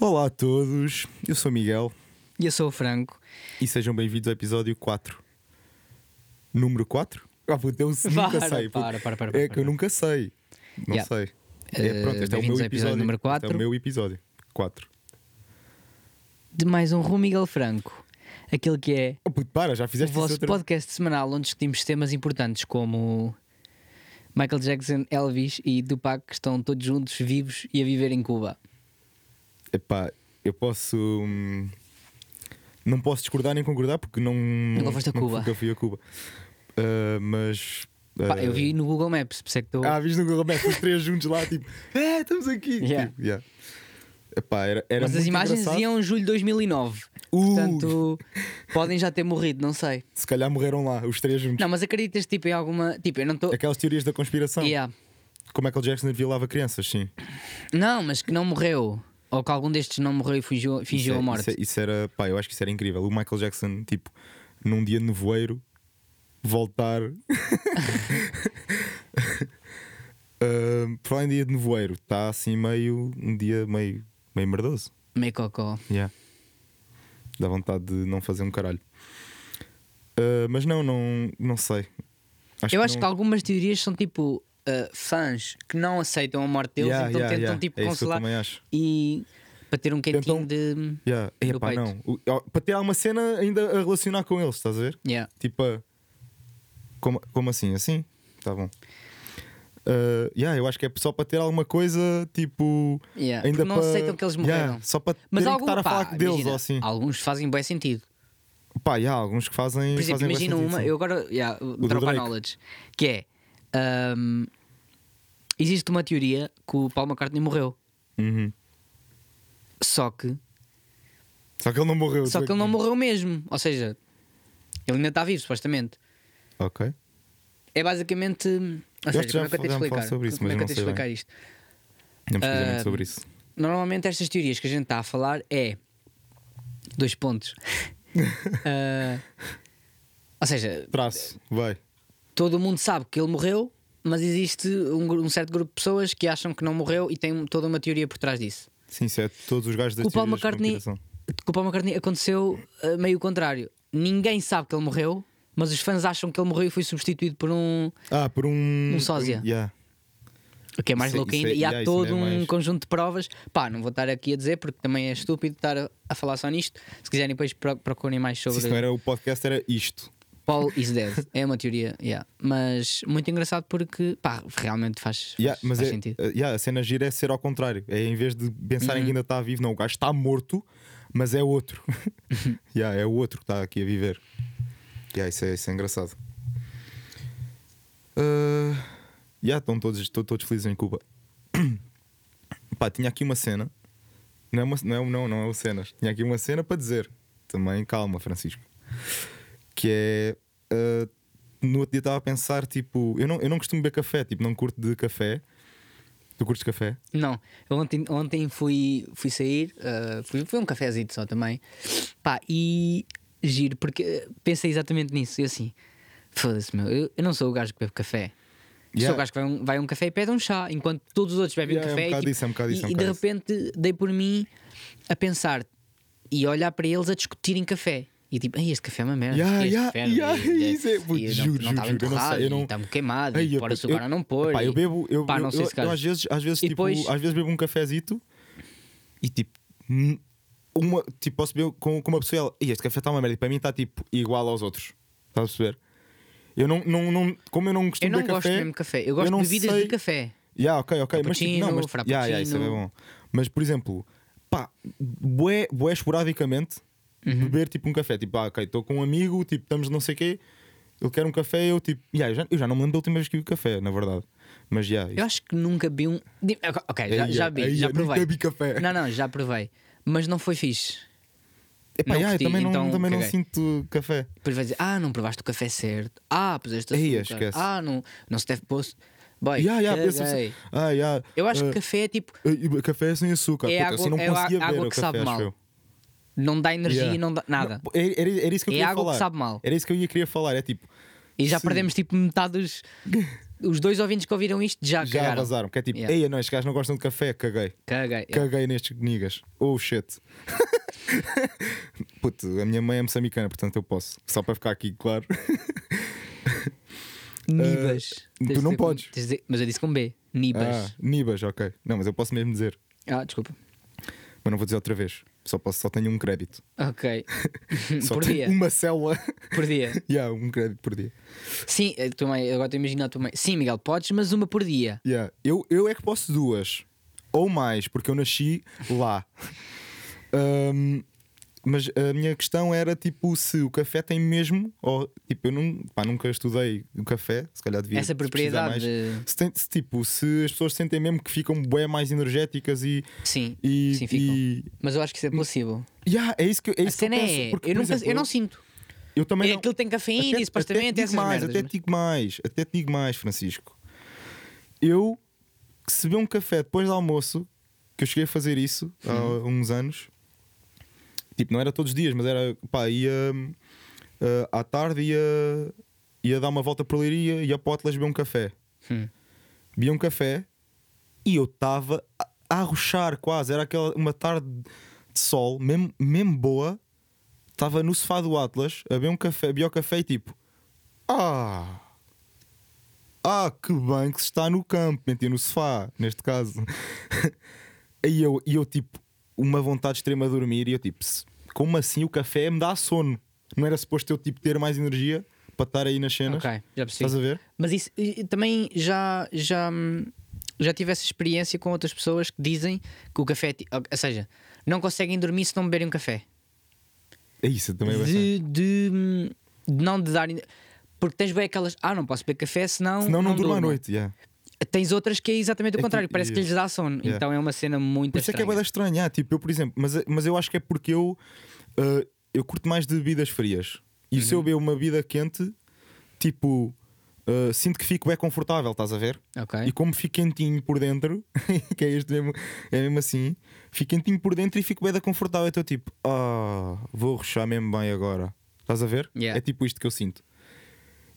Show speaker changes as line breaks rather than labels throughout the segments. Olá a todos, eu sou Miguel
E eu sou o Franco.
e sejam bem-vindos ao episódio 4. Número 4? Ah, puto, eu se-
Para,
nunca sei. puto.
para, para, para,
é
para,
que
para.
eu nunca sei. Não
Yeah.
sei. É,
Eh,
pronto, este é o meu
bem-vindos ao
episódio.
episódio número
Este é
quatro.
o meu episódio 4.
De mais um Ru Miguel Franco. Aquele que é
Oh, puto, para, já
o
fizeste isso
vosso
outra...
podcast semanal onde discutimos temas importantes como Michael Jackson, Elvis e Tupac que estão todos juntos, vivos e a viver em Cuba.
Epá, eu posso. hum, Não posso discordar nem concordar porque não.
Nunca foste a
não-
Cuba.
Nunca fui a Cuba. Ah, mas.
Pá,
ah,
eu vi no Google Maps, por isso é que estou.
Ah, viste no Google Maps os três juntos lá, tipo, é, estamos aqui.
Yeah.
Tipo, yeah. Epá, era, era
Mas as
muito
imagens
engraçado. Uh.
iam em julho de 2009.
Ui.
Portanto, podem já ter morrido, não sei.
Se calhar morreram lá, os três juntos.
Não, mas acreditas tipo, em alguma. Tipo, eu não estou.
Aquelas teorias da conspiração.
Yeah.
Como é que o Jackson violava crianças, sim.
Não, mas que não morreu. Ou que algum destes não morreu e fugiu, fingiu
isso,
a
é-
morte.
Isso, é- isso era, pá, eu acho que isso era incrível. O Michael Jackson, tipo, num dia de nevoeiro, voltar. Ah, Por falar em dia de nevoeiro, está assim meio. um dia meio, meio merdoso.
Meio cocó.
Yeah. Dá vontade de não fazer um caralho. Ah, mas não, não, não sei.
eu acho que um
não-
algumas teorias são tipo ah, fãs que não aceitam a morte deles,
Yeah,
então
yeah,
tentam
yeah.
tipo
É isso que eu
consolar
também acho.
e para ter um quentinho
Tentam-
de.
Yeah.
do
Epá,
peito.
não. O- ó, para ter alguma cena ainda a relacionar com eles, estás a ver?
Yeah.
Tipo, ah, como, como assim? Assim? Tá bom. Ah, yeah, eu acho que é só para ter alguma coisa tipo.
Yeah,
Ainda
porque não
para-
aceitam que eles
Yeah,
morreram.
só para
Mas
terem
algum,
que estar
pá,
a falar deles
imagina,
ou assim.
Alguns fazem bem sentido.
Pá, yeah, alguns que fazem.
Por exemplo,
fazem bué
imagina
sentido,
uma,
sim.
eu agora yeah,
do
dropa
Drake.
knowledge, que é ahm, existe uma teoria que o Paul McCartney morreu.
Uhum.
Só que
Só que ele não morreu.
Só
tu é
que ele não morreu mesmo. Ou seja, ele ainda está vivo, supostamente.
Ok.
É basicamente. Ou
acho
seja,
que já
como é que eu tenho de
fa- já me
explicar?
falaste sobre isso,
como é
mas
que
eu
eu tenho de explicar
não sei bem.
isto?
Não pesquisei muito
Ah,
sobre isso.
Normalmente estas teorias que a gente está a falar é dois pontos. Ah, ou seja,
Traço, vai.
todo mundo sabe que ele morreu, mas existe um, gru- um certo grupo de pessoas que acham que não morreu e tem toda uma teoria por trás disso.
Sim, isso é todos os gajos da
Com o Paul
teorias de
McCartney,
conspiração.
com o Paul McCartney aconteceu ah, meio o contrário. Ninguém sabe que ele morreu, mas os fãs acham que ele morreu e foi substituído por um
Ah, por um.
Um sósia.
por um- yeah.
O que é mais
Isso é-
louco
isso
ainda,
é-
e há
yeah, isso
todo
ainda é
um
mais-
conjunto de provas. Pá, não vou estar aqui a dizer porque também é estúpido estar a, a falar só nisto. Se quiserem, depois pro- procurem mais
Se
sobre
isso não era o podcast, era isto.
Paul is Dead. É uma teoria, yeah. mas muito engraçado porque, pá, realmente faz,
Yeah,
faz-
mas
faz
é,
sentido. Uhum.
uh, yeah, a cena gira é ser ao contrário. É em vez de pensarem que ainda está vivo, não, o gajo está morto, mas é outro.
Uhum.
yeah, é o outro que está aqui a viver. Yeah, isso, é, isso é engraçado. Uh, yeah, estão todos, estou todos felizes em Cuba. Pá, tinha aqui uma cena. Não é, uma, não, é, não, não é o cenas. Tinha aqui uma cena para dizer. Também calma, Francisco. Que é. uh, no outro dia estava a pensar, tipo, eu não, eu não costumo beber café, tipo, não curto de café. Tu curtes café?
Não, eu ontem, ontem fui, fui sair, ah, fui, fui a um cafezinho só também, pá, e giro, porque ah, pensei exatamente nisso. E assim, foda-se, meu, eu, eu não sou o gajo que bebe café. Sou
Yeah.
o gajo que vai a um, vai a um café e pede um chá, enquanto todos os outros bebem
Yeah, é um
café. e,
bocado
tipo,
isso, é um bocado isso, é um
e- e de
bocado isso.
repente dei por mim a pensar e a olhar para eles a discutirem café. E tipo, "Ei, este café é uma merda.
Yeah,
este
yeah,
café
yeah,
e-
isso é-
e
putz,
não-
juro,
não estava
juro, juro, eu não
enterrado,
sei, eu
e
não-
está-me queimado,
Ei,
e
eu-
pôr açúcar
eu-
ou não pôr.
Epá,
e-
eu bebo, eu,
pá,
eu-
não sei
eu-
se gajo.
eu às vezes, às vezes,
E
tipo,
depois-
às vezes bebo um cafezito e tipo, hum, uma, tipo posso beber com, com uma pessoa e ela, "Ei, este café está uma merda, e para mim está tipo igual aos outros. Estás a perceber? Eu não, não, não, como eu não costumo
Eu não
beber
gosto
Tipo café,
mesmo de café, eu gosto
não
de bebidas
sei-
de café.
Yeah, ok, ok. Mas, tipo, não,
Frappuccino,
mas, yeah, yeah, isso é bem
frappuccino.
bom. Mas, por exemplo, pá, bué, bué esporadicamente
Uhum.
beber tipo um café. Tipo, ah, ok, estou com um amigo, tipo, estamos não sei o quê, ele quer um café, eu tipo, yeah, eu, já, eu já não me lembro da última vez que vi café, na verdade. Mas já.
Eu acho que nunca vi um. Di- Ok, já,
Eia,
já vi,
eia,
já
nunca
provei.
vi é café.
Não, não, já provei. Mas não foi fixe.
Epá,
não
yeah,
curti,
eu também,
então
não, também não
caguei.
sinto café.
Depois vai dizer, ah, não provaste o café certo. Ah, puseste
Ei,
açúcar.
esquece.
Ah, não, não se deve pôr... Boy,
Yeah, yeah, pensa
caguei.
assim, ah, yeah,
Eu acho
ah,
que café é tipo,
ah, Café sem açúcar,
É
Puta,
água-
assim não
é
conseguia
a- água
beber
que
o café,
sabe
acho
mal.
eu.
não dá energia,
Yeah.
não dá nada.
Não, era, era- era isso que eu
É
queria
água que
falar.
sabe mal.
Era isso que eu ia queria falar. É tipo,
e já
sim.
perdemos tipo metade dos... os dois ouvintes que ouviram isto já,
já
cagaram.
vazaram. Que é tipo,
Yeah.
ei, não, estes gajos não gostam de café, caguei.
Caguei.
Caguei nestes niggas. Oh shit. Puto, a minha mãe é moçambicana, portanto eu posso. Só para ficar aqui, claro.
É, Nibas.
eh, tu
Tens de
não
dizer com-
podes.
tens de dizer- mas eu disse com B. Nibas.
Ah, Nibas, ok. Não, mas eu posso mesmo dizer.
Ah, desculpa.
Mas não vou dizer outra vez. Só, posso, só tenho um crédito.
Ok.
Só
Hum,
um
por
tenho
dia.
uma célula.
Por dia.
yeah, um crédito por dia.
Sim, a tua mãe, agora estou a imaginar a tua mãe. Sim, Miguel, podes, mas uma por dia.
Yeah. Eu, eu é que posso duas. Ou mais, porque eu nasci lá. Ahm, mas a minha questão era tipo se o café tem mesmo, ou tipo, eu não, pá, nunca estudei o café, se calhar devia
Essa
pesquisar
propriedade.
mais.
de-
Se, tem- se, tipo, se as pessoas sentem mesmo que ficam bem mais energéticas e.
Sim,
e,
sim, ficam.
e-
Mas eu acho que isso é possível.
Yeah, é isso que, é
a
isso que eu
cena
penso.
é.
porque,
eu,
por
não, penso-
exemplo,
eu não sinto.
eu também
É
não-
aquilo tem cafeína e supostamente
até te
essas
digo mais,
merdas,
até
mas-
te digo mais, até te digo mais, Francisco. Eu que se beber um café depois do almoço, que eu cheguei a fazer isso há
Uhum.
uns anos, tipo, não era todos os dias, mas era pá, ia ah, à tarde ia, ia dar uma volta por leiria, ia para o Atlas beber um café.
Hum.
Bebia um café e eu estava a, a arrochar quase, era aquela uma tarde de sol, mesmo, mesmo boa. Estava no sofá do Atlas a beber um café, bebi o café e tipo, ah, ah, que bem que se está no campo, menti no sofá, neste caso. e eu, e eu, tipo, uma vontade extrema de dormir, e eu, tipo, "Se- como assim o café me dá sono? Não era suposto eu, tipo, ter mais energia para estar aí nas cenas?
Ok, já
Estás
percebi.
a ver?
Mas isso e- e também já, já, hum, já tive essa experiência com outras pessoas que dizem que o café. é ti- Ou seja, não conseguem dormir se não beberem um café.
É isso, eu também é bastante.
de, de, hum, de não de dar. Porque tens bem aquelas. Ah, não posso beber café senão.
Senão não, durmo à
durmo."
noite, yeah.
Tens outras que é exatamente o
É que-
contrário, parece que lhes dá sono.
Yeah.
Então é uma cena muito
Por isso é que é
estranha.
bada estranha. Ah, tipo, eu, por exemplo, mas, mas eu acho que é porque eu, ah, eu curto mais de bebidas frias. E se eu beber uma bebida quente, tipo, ah, sinto que fico bem confortável, estás a ver?
Ok.
E como fico quentinho por dentro, que é este mesmo, é mesmo assim, fico quentinho por dentro e fico bem da confortável. Então, tipo, ah, vou rochar mesmo bem agora. Estás a ver?
Yeah.
É tipo isto que eu sinto.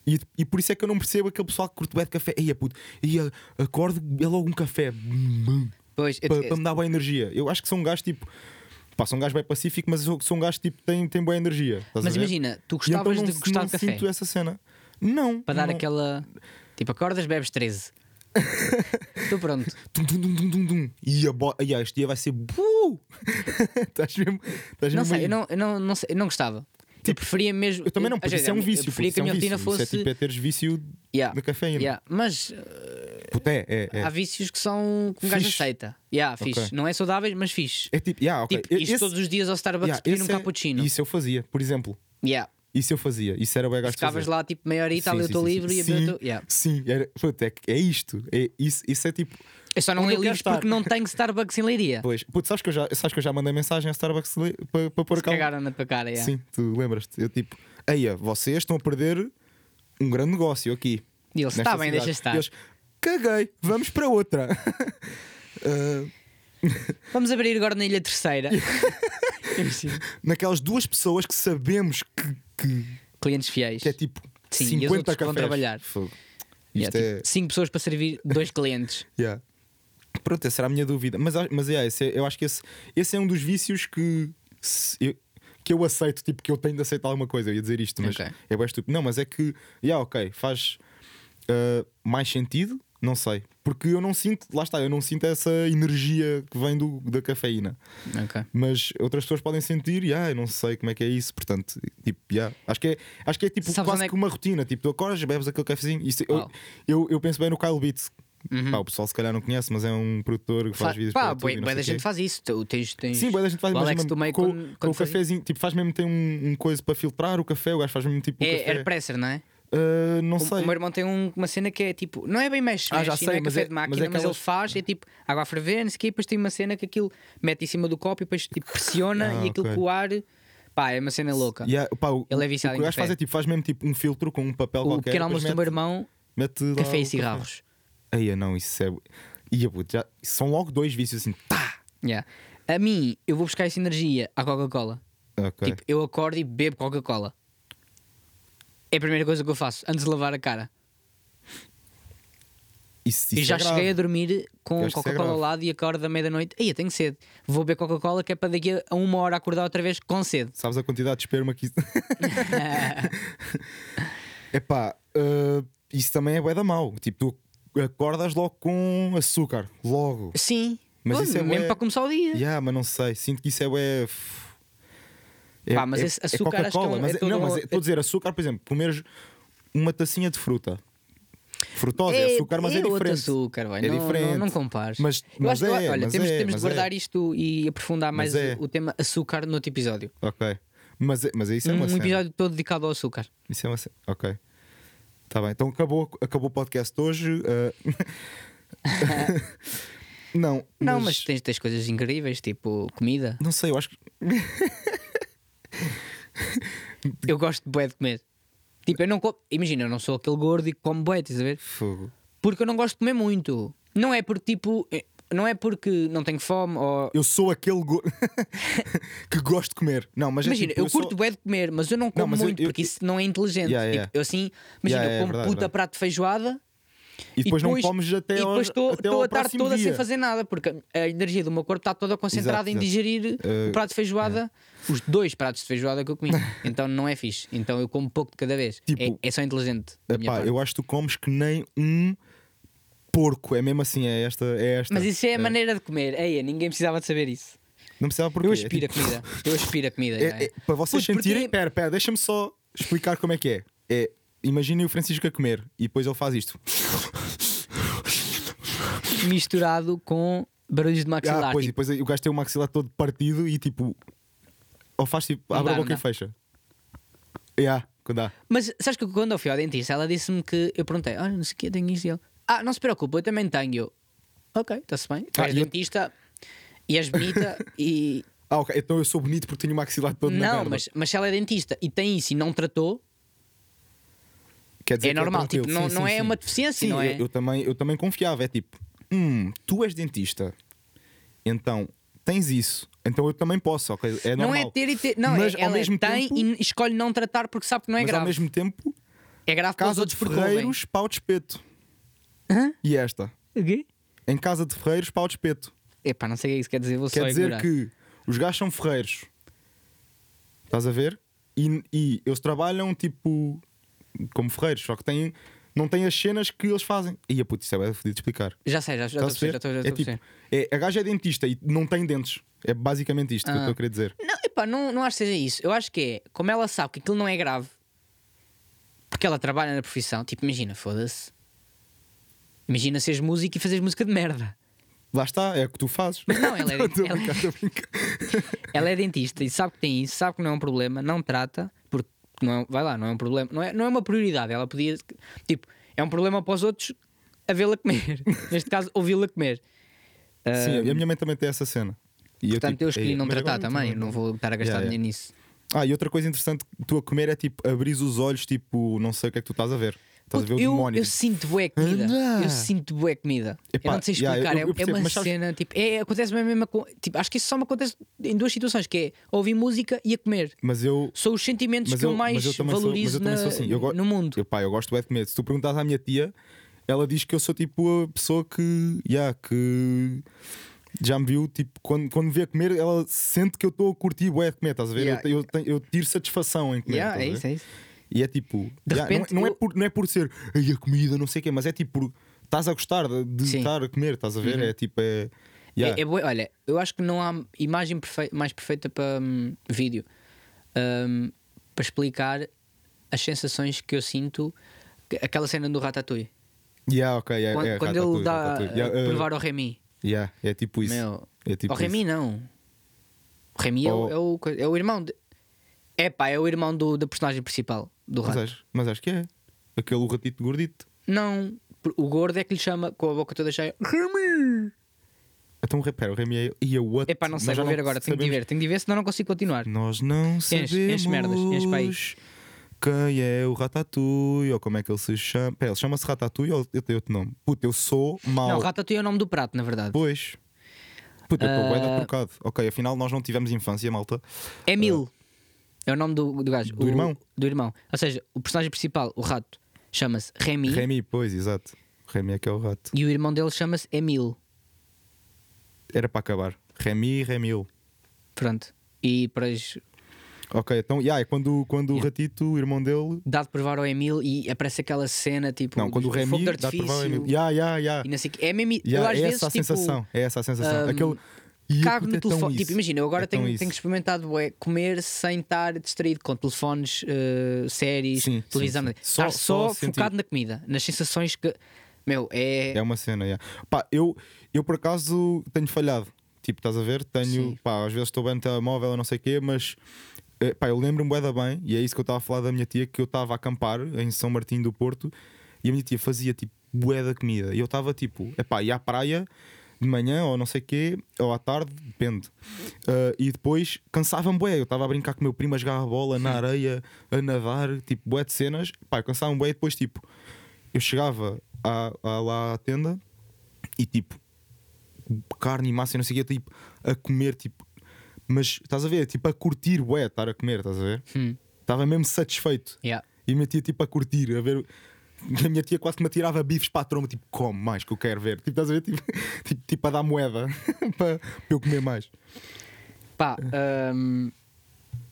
E, e por isso é que eu não percebo aquele pessoal que curte bem de café. Eia, puto, eia, acordo, é logo um café. Bum,
Pois, eu-
para, me dar boa energia. Eu acho que sou um gajo tipo. Pá, sou um gajo bem pacífico, mas eu sou um gajo tipo tem, tem boa energia. estás a
mas
ver?
imagina, tu
E então
gostavas
não-
de gostar
não
de café
sinto essa cena. Não.
para dar
não.
aquela. Tipo, acordas, bebes 13. Estou pronto.
Tum, tum, tum, tum, tum, tum. E a bo... Ai, ai, este dia vai ser. bu! Estás mesmo. Estás
Não
mesmo
sei,
aí. Tipo,
eu não, eu não, não, sei, eu não gostava. eu preferia mesmo.
Eu também não,
às
porque
vezes,
isso é um
eu
vício. puto,
preferia
isso
que
é
a
um
minha rotina
vício.
fosse.
Isso é tipo é teres vício
Yeah,
da cafeína.
yeah. Mas
Puto, é, é, é.
há vícios que são. que um gajo
Fixe.
aceita. Yeah, fixe.
Ok.
Não é saudáveis, mas fixe.
É tipo, yeah, ok.
Tipo, isto
Esse-
todos os dias ao Starbucks
yeah,
pedir um
esse é-
cappuccino.
Isso eu fazia, por exemplo.
Yeah.
Isso eu fazia. Isso era o gajo de
Ficavas
fazer.
lá tipo meia horita a
é- Sim,
ler o
sim,
teu
sim, sim.
livro e a
sim,
beber o teu. Yeah.
Sim, era, puto, é, que- é isto. É, isso, isso é tipo.
Eu só não
Onde
leio
eu quero
livros porque
estar.
não tenho Starbucks em leiria.
Pois, puto, sabes que eu já, sabes que eu já mandei mensagem à Starbucks para, para pôr
Se
cá.
cagaram na tua cara. yeah.
um- Sim, tu lembras-te? Eu tipo, eia, vocês estão a perder um grande negócio aqui.
E eles,
nesta
"Tá bem,
cidade."
deixa estar.
E eles, caguei, vamos para outra. Ah,
Vamos abrir agora na Ilha Terceira. Imagina.
naquelas duas pessoas que sabemos que, que,
Clientes fiéis.
que é tipo
Sim, e os
50
outros que vão
cafés.
trabalhar.
Fogo.
Yeah,
Isto
tipo,
é.
Cinco pessoas para servir dois clientes.
Yeah. Pronto, essa era a minha dúvida. Mas, a- mas é, esse é- eu acho que esse, esse é um dos vícios que, se- eu, que eu aceito, tipo, que eu tenho de aceitar alguma coisa. Eu ia dizer isto, mas
Ok.
é bem estúpido. Não, mas é que, yeah, ok, faz ah, mais sentido, não sei. Porque eu não sinto, lá está, eu não sinto essa energia que vem do, da cafeína.
Ok.
Mas outras pessoas podem sentir, e ah, eu não sei como é que é isso, portanto, tipo, yeah. acho, que é, acho que é tipo
Sabes onde
quase
é
que
que-
uma rotina, tipo, tu acordas, bebes aquele cafezinho. Isso, eu,
Uau. Uhum.
eu, eu penso bem no Kyle Beats. Pá, o pessoal se calhar não conhece, mas é um produtor que faz
Fa-
vídeos. para
Pá,
o YouTube e
boi-
não
bué da
sei
gente
quê.
faz isso. Tu tens, tens...
Sim, bué da gente faz
O
mas
Alex
mesmo
do meio
com,
quando,
com
quando
o
fazia-
cafezinho, tipo, faz mesmo tem um, um coisa para filtrar o café, o gajo faz mesmo tipo. o
É
café.
airpresser, não é?
Ah, não
O,
sei.
o meu irmão tem um- uma cena que é tipo, não é bem mexe,
Ah,
mexe e
já
não
sei,
é
mas
café
é-
de máquina, mas,
mas é
ele
aquelas-
faz, é tipo água a ferver, não sei o quê, e depois tem uma cena que aquilo mete em cima do copo e depois tipo, pressiona
Ah,
e aquilo
ok.
com o ar, pá, é uma cena louca.
Yeah, pá, o,
Ele é
o
viciado
que
em
o gajo
café.
faz é tipo, faz mesmo tipo um filtro com um papel
o
qualquer.
pequeno
depois
almoço do meu irmão,
mete, mete lá
café
o
e cigarros.
Aí não, isso é. Ia, puto, já... São logo dois vícios assim. Tá!
Yeah. A mim, eu vou buscar essa energia à Coca-Cola.
Ok.
Tipo, eu acordo e bebo Coca-Cola. É a primeira coisa que eu faço antes de lavar a cara.
Isso,
E
isso
já
é grave.
cheguei a dormir
Eu
com
acho que isso é
Coca-Cola ao
grave.
lado e acordo da meia-noite. Aí eu tenho sede. Vou beber Coca-Cola que é para daqui a uma hora acordar outra vez com sede.
Sabes a quantidade de esperma que isso. Epá, ah, isso também é bué da mau. Tipo, tu acordas logo com açúcar. Logo.
Sim.
Mas
Pô,
isso é
mesmo
bué-
para começar o dia.
Yeah, mas não sei. Sinto que isso é bué. f- É,
Pá, mas esse açúcar acho que é
Coca-Cola,
um-
mas
é
é-
todo
não,
um-
mas é- estou a dizer açúcar, por exemplo, comeres uma tacinha de fruta. Frutosa, é, açúcar, mas é,
outro
diferente.
açúcar, vai.
É
não,
diferente.
Não, não compares.
Mas-
eu
mas
acho que,
é,
olha,
mas
temos,
é,
temos de
mas
guardar
é.
isto e aprofundar mais
Mas é.
o, o tema açúcar no outro episódio.
Ok. Mas, é- mas é isso é
Um
uma cena.
episódio todo dedicado ao açúcar.
Isso é uma cena. Ok. Está bem. Então acabou, acabou o podcast hoje. ah. não,
Não, mas, tens, tens coisas incríveis, tipo comida.
Não sei, eu acho que.
Eu gosto de bué de comer. Tipo, eu não como. Imagina, eu não sou aquele gordo e que come bué, estás a ver?
Fogo.
Porque eu não gosto de comer muito. Não é porque, tipo. eh, Não é porque não tenho fome ou.
Eu sou aquele go... que gosto de comer. Não, mas é
Imagina,
tipo,
eu curto
sou-
bué de comer, mas eu não como
mas eu-
muito
eu-
porque isso não é inteligente.
Yeah,
Tipo,
yeah.
eu assim, imagina,
Yeah, yeah, é
eu como
verdade,
puta
verdade.
prato de feijoada
E depois, não comes até
e
ao-
depois estou-
até
estou
ao
a tarde
próximo
toda
dia.
sem fazer nada, porque a energia do meu corpo está toda concentrada
Exato,
em
exato.
digerir o
Eh, é.
prato de feijoada, os dois pratos de feijoada que eu comi. então não é fixe. Então eu como pouco de cada vez.
Tipo,
é, é só inteligente. da minha
Epá,
parte.
eu acho que tu comes que nem um porco. É mesmo assim, é esta. É esta.
Mas isso é a maneira de comer. Eia, ninguém precisava de saber isso.
Não precisava porque
Eu
é
aspiro a
tipo-
comida. Eu aspiro a comida. já
É, é, para vocês
Puto, porque-
sentirem. Pera, pera, deixa-me só explicar como é que é. é imaginem o Francisco a comer e depois ele faz isto.
é Misturado com barulhos de maxilar.
Ah, pois, e
tipo,
depois o gajo tem o maxilar todo partido e tipo. Ou faz tipo.
Não
Abre
dá,
a boca
não dá.
e fecha. Yeah, quando dá.
Mas sabes que quando eu fui ao dentista, ela disse-me que eu perguntei: Olha, não sei o que, eu tenho isto. E ela, ah, não se preocupe, eu também tenho. E Eu, ok, está-se bem. Tu
Ah,
és
e eu-
dentista e és bonita e.
Ah, ok. Então eu sou bonito porque tenho o maxilar todo na
Não,
merda.
mas, mas se ela é dentista e tem isso e não tratou,
Quer dizer
é
que
normal.
tranquilo.
tipo, não,
Sim,
não
sim,
é
sim.
uma deficiência,
Sim,
não é?
eu, eu também, eu também confiava. É tipo, hum, tu és dentista, então tens isso, então eu também posso. ok? É
não
normal.
é ter e ter. Não,
Mas,
é,
ao
ela
mesmo
tem
tempo-
e escolhe não tratar porque sabe que não é
Mas ao
grave.
mesmo tempo,
É grave para os
casa de
outros porque ouvem.
ferreiros, pau de espeto.
Hã?
E esta?
O quê?
Em casa de ferreiros, pau de espeto.
Epá, não sei o que é isso quer dizer, vou
Quer
só
dizer
ignorar.
que os gajos são ferreiros. Estás a ver? E, e eles trabalham tipo como ferreiros, só que têm, não têm as cenas que eles fazem. E a puta, isso é bué fodido de explicar.
Já sei, já já estou a
Estás a
perceber, já estou já estou a
perceber?
Ah.
é
perceber.
tipo, é, a gaja é dentista e não tem dentes. É basicamente isto que eu estou a querer dizer.
Não, epá, não, não acho que seja isso. Eu acho que é, como ela sabe que aquilo não é grave, porque ela trabalha na profissão, tipo, imagina, foda-se. Imagina seres músico e fazeres música de merda.
Lá está, é o que tu fazes.
Mas não, ela é-
Estou a
ela-
brincar, estou a brincar.
Ela é dentista e sabe que tem isso, sabe que não é um problema, não trata, porque não é, vai lá, não é um problema, não é, não é uma prioridade. Ela podia, tipo, é um problema para os outros a vê-la comer. Neste caso, ouvi-la comer. Ah,
Sim, a minha mãe também tem essa cena. E
portanto,
tipo,
eu escolhi
"Ei,
não
mas agora
tratar
não
também,
tenho
não
nada."
vou estar a gastar
Yeah, yeah.
dinheiro nisso.
Ah, e outra coisa interessante que tu a comer é tipo, abris os olhos, tipo, não sei o que é que tu estás a ver. Estás a ver
Puto,
o
eu,
demónio. tipo,
eu sinto bué comida.
Anda.
Eu sinto bué comida. eu
Epá,
não sei explicar.
yeah, eu- eu
é-
percebo,
é uma
mas sabes-
cena, tipo, é, acontece a mesma coisa. Tipo, acho que isso só me acontece em duas situações: que é ouvir música e a comer.
Mas eu.
São os sentimentos
Mas
que eu,
eu-
mais
mas eu também sou- mas
valorizo
eu também
na-
sou assim, eu go-
no mundo.
Eu, pá, eu gosto bué de comer. Se tu perguntas à minha tia, ela diz que eu sou tipo a pessoa que. Yeah, que já me viu, tipo, quando, quando me vê a comer, ela sente que eu estou a curtir bué de comer, estás a ver?
Yeah.
Eu, eu, tenho- eu tiro satisfação em comer.
Yeah,
estás
é
a ver?
isso, é isso.
E é tipo.
De
já, não é-
repente
não, é,
eu-
por, não é por ser "Ei, a comida, não sei o quê, mas é tipo por. Estás a gostar de, de
Sim. Uhum.
estar a comer, estás a ver? É tipo. É, yeah.
É, é bué- olha, eu acho que não há imagem perfe- mais perfeita para hum, vídeo hum, para explicar as sensações que eu sinto. que- Aquela cena do Ratatouille.
Yeah, ok, yeah,
Quando,
é,
quando ele
ratatouille,
dá
ratatouille.
a
Yeah, uh,
provar ao Remy.
yeah, é tipo isso.
Meu,
é tipo
o Remy
isso. Oh.
não. O Remy é, o,
Ou-
é, o, coi- é o irmão. De... É pá, é o irmão do, da personagem principal do
Mas é.
rato.
acho, mas acho que é. Aquele ratito gordito.
Não, por- o gordo é que lhe chama com a boca toda cheia.
Então, repara, o Remy é. E a outra.
É pá, não sei, vou ver agora. Tenho de ir ver, tenho de ir ver, senão não consigo continuar.
Nós não sabemos.
Enche- enche merdas, enche para aí.
Quem é o Ratatouille? Ou como é que ele se chama? Pera, ele chama-se Ratatouille ou ele tem outro nome? Puta, eu sou mau.
Não, Ratatouille é o nome do prato, na verdade.
Pois. Puta, eu estou
Ah.
bué da trocado. Ok, afinal nós não tivemos infância, malta.
É Mil. É o nome do, do gajo.
Do
O-
irmão?
Do irmão. Ou seja, o personagem principal, o rato, chama-se Remy.
Remy, pois, exato. Remy é que é o rato.
E o irmão dele chama-se Emil.
Era para acabar. Remy e Remil.
Pronto. E depois
Ok, então, yeah, é quando, quando o
Yeah.
ratito, o irmão dele.
dá de provar ao Emil e aparece aquela cena tipo.
Não, quando o
do fogo
Remy
de
dá para provar o
artifício
Emil. Yeah, yeah, yeah.
E não sei o quê. É mesmo. eu
Yeah,
às
é
vezes
essa a
tipo,
sensação. É essa a sensação.
hum,
Aquele. Ih,
Cago
puto,
no
é tão
telefone.
isso.
Tipo, imagina, eu agora
É tão
tenho,
isso.
tenho experimentado bué, comer sem estar distraído com telefones, eh, séries,
Sim, sim,
televisão.
sim.
Estar
Só-
só,
só sentir.
focado na comida, nas sensações que. Meu, é.
É uma cena, yeah. Pá, eu, eu por acaso tenho falhado. Tipo, estás a ver? Tenho,
Sim.
pá, às vezes estou bem no telemóvel ou não sei o quê, mas eh, pá, eu lembro-me bué da bem, e é isso que eu estava a falar da minha tia, que eu estava a acampar em São Martinho do Porto e a minha tia fazia tipo bué da comida. E eu estava tipo, epá, ia à praia de manhã ou não sei o quê, ou à tarde, depende. Ah, e depois cansava-me bué, eu estava a brincar com o meu primo a jogar a bola na areia, a nadar, tipo, bué de cenas, pá, cansava-me bué e depois tipo eu chegava à, à- lá à tenda e tipo carne e massa e não sei o quê, tipo, a comer, tipo, mas estás a ver, tipo, a curtir, ué, estar a comer, estás a ver?
Hum.
Estava mesmo satisfeito.
Yeah.
E minha tia, tipo, a curtir, a ver. A minha tia quase que me atirava bifes para a tromba, tipo, come mais que eu quero ver. Tipo, estás a ver? Tipo, tipo, tipo, a dar moeda para, para eu comer mais.
Pá, hum,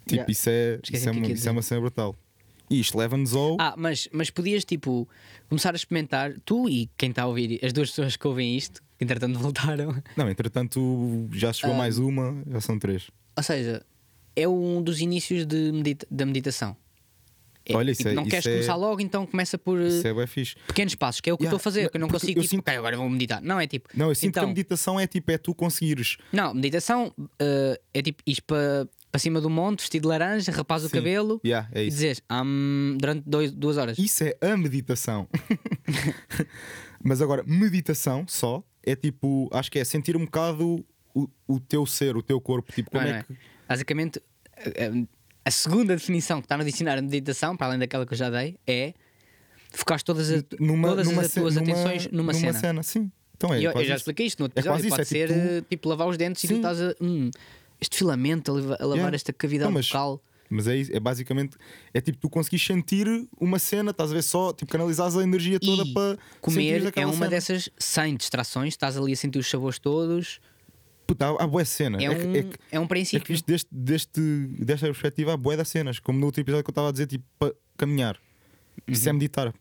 Tipo,
Yeah.
isso, é,
Esqueci
isso, é
o que
uma,
eu ia
isso é uma cena brutal. E isto leva-nos ao.
Ah, mas, mas podias, tipo, começar a experimentar, tu e quem está a ouvir, as duas pessoas que ouvem isto, que entretanto voltaram.
Não, entretanto, já chegou
Ah.
mais uma, já são três.
Ou seja, é um dos inícios de medita- da meditação. É,
Olha,
tipo,
isso é-
Não
isso
queres
é-
começar logo, então começa por eh,
Isso é bem fixe.
pequenos passos, que é o que
Yeah,
eu estou a fazer, que eu não
porque
consigo,
eu
tipo,
sinto-
ok, agora vou meditar. Não, é tipo.
Não, eu sinto
então,
que a meditação é tipo, é tu conseguires.
Não, meditação eh, é tipo isto para para cima do monte, vestido de laranja, rapaz o
Sim.
cabelo
Yeah, é
e
isso.
dizes "Am", durante dois- duas horas.
Isso é a meditação. Mas agora, meditação só é tipo, acho que é sentir um bocado o, o teu ser, o teu corpo. Tipo,
Não
como
é,
é
não é?
que.
Basicamente, a- a- a segunda definição que está no dicionário de meditação, para além daquela que eu já dei, é focar todas, a-
Numa,
todas
numa
as
ce-
tuas
numa-
atenções numa,
numa
cena.
Sim. Então é.
E eu, eu
quase
já
isso.
expliquei isto no outro
É
episódio.
quase isso,
Pode
é
ser
tipo
eh, tipo lavar os dentes e tu
Sim.
estás a. Hum, este filamento a, leva- a lavar
Yeah.
esta cavidade
Não, mas-
bucal.
Mas é, isso, é basicamente. É tipo, tu conseguires sentir uma cena, estás a ver só, tipo, canalizares a energia toda
E
para. sentires
Comer é
aquela
uma
cena.
dessas sem distrações, estás ali a sentir os sabores todos.
Puta, há, há boa cena.
É,
É que-
um,
é que-
é um
É que
princípio.
isto deste, deste- desta perspectiva há bué das cenas, como no outro episódio que eu estava a dizer, tipo, para caminhar.
Uhum.
Isso é meditar.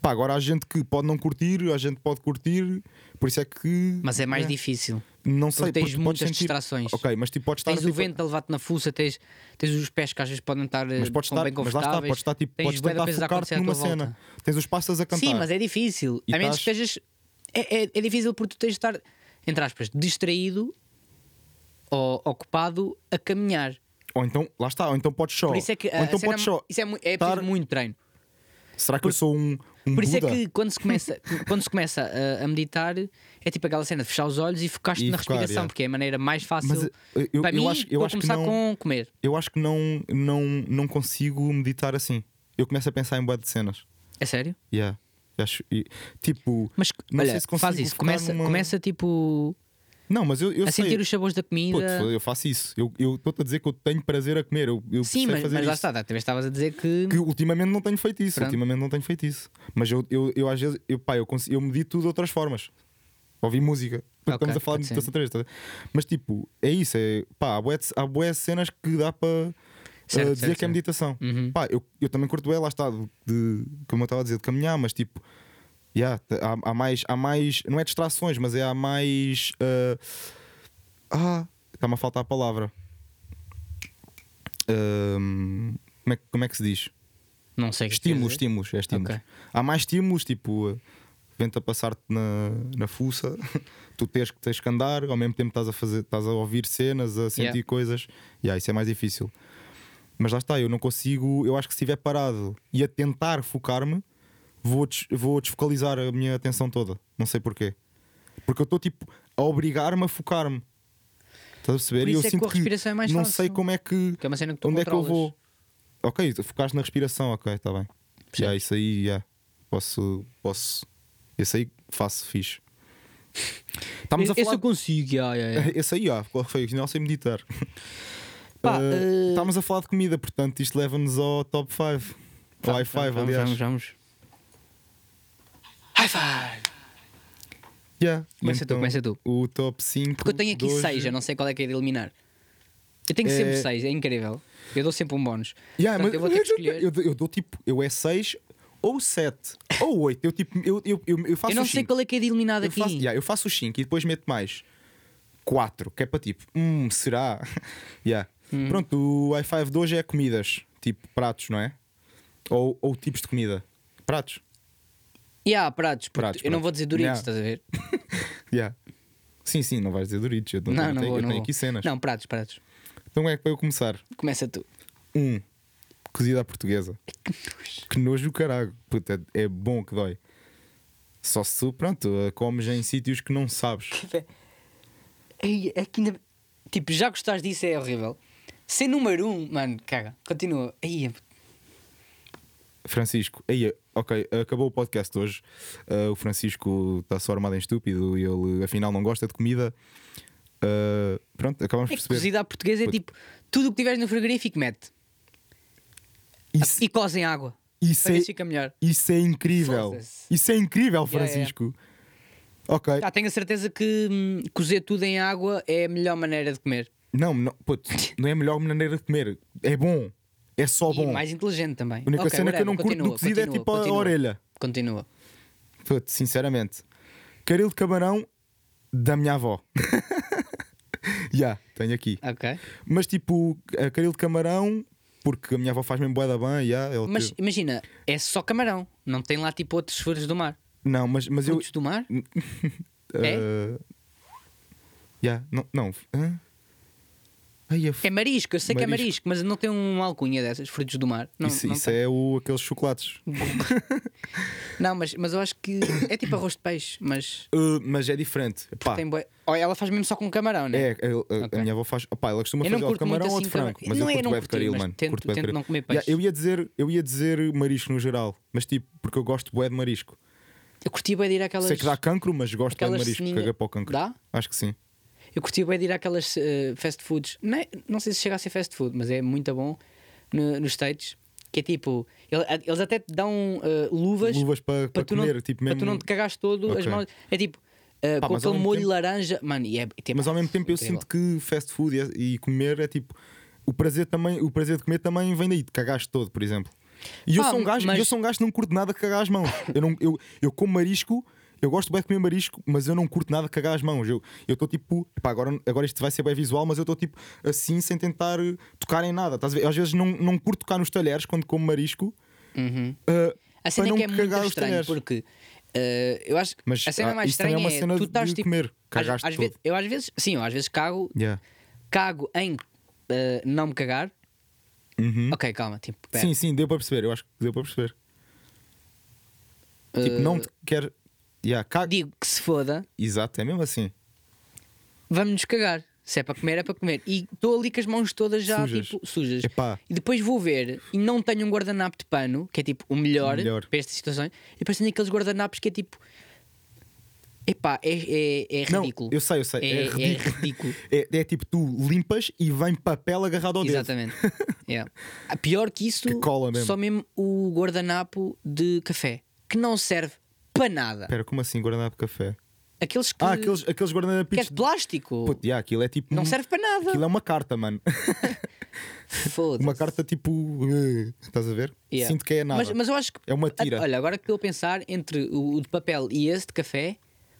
Pá, agora há gente que pode não curtir, a gente pode curtir, por isso é que. né,
Mas é mais difícil.
Não sei,
tens
porque tu
muitas
podes sentir-
distrações.
Ok, mas tipo, podes estar.
Tens o
tipo,
vento a levar-te na fuça, tens, tens os pés que às vezes podem estar eh,
mas podes
com
estar,
bem
mas lá está,
confortáveis.
podes estar tipo,
tens
podes
bué de
tentar
coisas a acontecer
focar-te
à tua
numa
volta.
cena. Tens os pássaros a cantar.
Sim, mas é difícil.
E
a menos que
estás-
estejas. É, é, é difícil porque tu tens de estar, entre aspas, distraído ou ocupado a caminhar.
Ou então, lá está, ou então podes só.
Por isso é que a
ou então
cena-
podes só.
isso é, mu- é
estar-
preciso muito treino.
Será que eu sou um. um
Por isso
Buda?
é que quando se começa, quando se começa a, a meditar, é tipo aquela cena de fechar os olhos e focar-te
E
na
focar,
respiração,
yeah.
porque é a maneira mais fácil.
Mas, eh, eu-
para
eu
mim,
acho- eu
vou
acho que
começar
não-
com comer.
Eu acho que não, não, não consigo meditar assim. Eu começo a pensar em boa de cenas.
É sério?
Yeah. Acho, e, tipo,
Mas
Não
olha,
sei se consigo
faz isso,
focar
começa,
numa-
começa tipo
não, mas eu, eu
a
sei.
sentir os sabores da comida.
Putz, eu faço isso. Eu eu estou-te a dizer que eu tenho prazer a comer. Eu, eu
Sim,
sei
mas,
fazer
mas lá
isso.
está, também estavas a dizer que.
Que ultimamente não tenho feito isso.
Pronto.
Ultimamente não tenho feito isso. Mas eu, eu, eu às vezes, eu, pá, eu, consigo, eu medito de outras formas. Ouvi música.
Ok,
Estamos a falar de
pode ser.
meditação três, estás a ver? Mas tipo, é isso. É, pá, há bué de- há boas cenas que dá para.
Certo,
dizer
certo,
que
certo.
é meditação.
Uhum.
Pá, eu, eu também curto bem, lá está, de, de- como eu estava a dizer, de caminhar, mas tipo, yeah, t- há, há mais, há mais, não é distrações, mas é há mais. ah, ah, está-me a faltar a palavra. Ahm, como, é, que- como é que se diz?
Não sei. o que
Estímulos,
quer dizer.
estímulos, é estímulos.
Ok.
Há mais estímulos, tipo, ah, vento a passar-te na, na fuça, tu tens, que- tens que andar, ao mesmo tempo estás a, fazer, estás a ouvir cenas, a sentir
Yeah.
coisas, yeah, isso é mais difícil. Mas lá está, eu não consigo, eu acho que se estiver parado e a tentar focar-me, vou, des- vou desfocalizar a minha atenção toda, não sei porquê. Porque eu estou tipo a obrigar-me a focar-me. Estás a perceber?
Por
E
isso
eu
é que
sinto
com a respiração é mais
não
fácil.
sei como é que
Que é uma cena que tu
onde é que eu
controlas.
vou? Ok, tu focaste na respiração, ok, está bem. Já, isso aí, já. Posso, posso. Esse aí faço fixe. Estamos a
Esse é
falar.
eu consigo, já, já, já.
Esse aí, ó, qual foi? Não sei meditar.
Pá,
Ah,
eh,
Estamos a falar de comida, portanto, isto leva-nos ao top 5. High
Tá, Vamos,
5,
vamos,
aliás.
Vamos, vamos. High five!
Yeah. e
Começa tu, começa tu.
O top 5.
Porque eu tenho aqui
de hoje-
6, eu não sei qual é que é de eliminar. Eu tenho
É-
sempre 6, é incrível. Eu dou sempre um bónus.
Yeah,
Portanto,
mas
eu vou ter que
eu-
escolher.
eu, dou- eu dou tipo, eu é 6 ou 7 ou 8. Eu tipo, eu, eu, eu, eu faço
Eu não
os
sei
cinco.
qual é que é de eliminado
eu
aqui.
faço, yeah, eu faço os 5 e depois meto mais 4, que é para tipo, hum, será? yeah.
Hum.
Pronto, o i5 de hoje é comidas, tipo pratos, não é? Ou, ou tipos de comida. Pratos.
E há pratos, porque
Pratos,
eu não
pratos.
vou dizer Doritos,
Yeah.
estás a ver?
Yeah. Sim, sim, não vais dizer Doritos. Eu, não,
não,
eu
não
tenho,
vou,
eu
não
tenho
vou.
aqui cenas.
Não, pratos, pratos.
Então é que para eu começar.
Começa tu.
Um, cozida à portuguesa. Que nojo do caralho. Puta, é bom que dói. Só se tu, pronto, a comes em sítios que não sabes.
Ei, é que ainda. Tipo, já gostaste disso é horrível. Ser número 1, um, mano, caga. Continua. Ei, é-
Francisco, aí, ok, acabou o podcast hoje. Ah, o Francisco está só armado em estúpido e ele afinal não gosta de comida. Ah, pronto, acabamos
é que
de perceber.
cozida à portuguesa é
Puto.
tipo tudo o que tiveres no frigorífico mete.
Isso,
E coze em água.
isso,
Para
é,
ver se fica melhor.
isso é incrível.
Foda-se.
Isso é incrível,
Yeah, yeah.
Francisco. Ok.
Ah, tenho a certeza que hum, cozer tudo em água é a melhor maneira de comer.
Não, não, puto, não é a melhor maneira de comer. É bom. É só
e
bom.
mais inteligente também.
A única
Ok,
cena que eu não
whatever,
curto do
continua,
cozido é
continua,
tipo a- a
continua.
orelha.
Continua.
Puto, sinceramente. Caril de camarão da minha avó. Já, tenho aqui.
Ok.
Mas tipo, a caril de camarão, porque a minha avó faz mesmo boeda bem, yeah, ela
Mas
teve-
imagina, é só camarão. Não tem lá tipo outros furos do mar.
Não, mas, mas eu.
Frutos do mar? É?
eh, yeah, não. não. hã? Ai, a f-
É marisco, eu sei que é
Marisco.
marisco, mas não tem uma alcunha dessas, frutos do mar. Não,
isso
não
isso
tem.
é o, aqueles chocolates.
Não, mas, mas eu acho que é tipo arroz de peixe, mas
Eh, mas é diferente. Pá,
tem bué- Ó, ela faz mesmo só com camarão, né?
É, a- a, a
Ok.
minha avó faz. Opá, ela costuma
Eu não
fazer ou de
curto muito
camarão ou
assim
de frango.
camarão.
Mas
Não é,
eu curto
não
bué de
curti,
caril,
mas
mano.
tento-
curto bué de
tento
caril.
não comer
Yeah,
peixe.
eu, ia dizer, eu ia dizer marisco no geral, mas tipo, porque eu gosto bué de marisco.
Eu curti bem de ir àquelas.
Sei que dá cancro, mas gosto bué de
aquelas
marisco.
ceninha-
Caga para o cancro.
Dá?
Acho que sim.
Eu curti bem de ir àquelas eh, fast foods. Não, é- não sei se chega a ser fast food, mas é muito bom no- nos States. Que é tipo, ele- eles até te dão eh, luvas,
Luvas para, para,
tu,
comer,
não,
tipo
para
mesmo.
tu não te cagares todo as
Ok.
mãos. É tipo, eh,
Pá,
com
mas ao
aquele
mesmo
molho
tempo-
laranja. Mano, e é, e tem-
Mas ao mesmo tempo eu
incrível.
sinto que fast food e, e comer é tipo. O prazer, também, o prazer de comer também vem daí, de cagaste todo, por exemplo. E eu,
Pá,
sou um gajo,
mas-
eu sou um gajo que não curto nada de cagar as mãos. Eu, não, eu, eu como marisco, eu gosto bem de comer marisco, mas eu não curto nada de cagar as mãos. Eu eu estou tipo, pá, agora, agora isto vai ser bem visual, mas eu estou tipo assim, sem tentar eh, tocar em nada. Estás a ver? Às vezes não, não curto tocar nos talheres quando como marisco. eh,
Uhum. A cena
para
é
não
que é muito
cagar os
estranho
talheres.
porque eh, eu acho que
Mas,
a cena
ah,
mais
isso também
estranha
é
é,
uma cena
tu
de-
estás
de
tipo
comer.
às-
Cagaste
às ve-
todo.
eu às vezes, sim, eu às vezes cago,
Yeah.
cago em eh, não me cagar. Ok, calma, tipo, pera.
Uhum. Sim, sim, deu para perceber. Eu acho que deu para perceber. Tipo,
Eh,
não te quer. Yeah, caga-
digo que se foda,
Exato, é mesmo assim.
vamos-nos cagar. Se é para comer, é para comer. E estou ali com as mãos todas já
Sujas.
tipo sujas.
Epá.
E depois vou ver e não tenho um guardanapo de pano, que é tipo o melhor,
O melhor.
para estas situações. E depois tenho aqueles guardanapos que é tipo. Epá, é, é, é ridículo.
Não, eu sei, eu sei. É,
É- é
ridículo.
ridículo.
É, é tipo, tu limpas e vem papel agarrado ao dedo.
Exatamente. yeah. A Pior que isso,
Que cola mesmo.
só mesmo o guardanapo de café, que não serve para nada.
Espera, como assim guardanapo de café?
Aqueles que,
Ah, aqueles, aqueles
que é
guardanapos.
de plástico.
Puto, yeah, aquilo é tipo.
Não
um-
serve para nada.
Aquilo é uma carta, mano.
Foda-se.
uma carta tipo. eh, Estás a ver?
Yeah.
Sinto que é nada.
Mas, mas eu acho que.
É uma tira.
Olha, agora que estou a pensar entre o, o de papel e esse de café,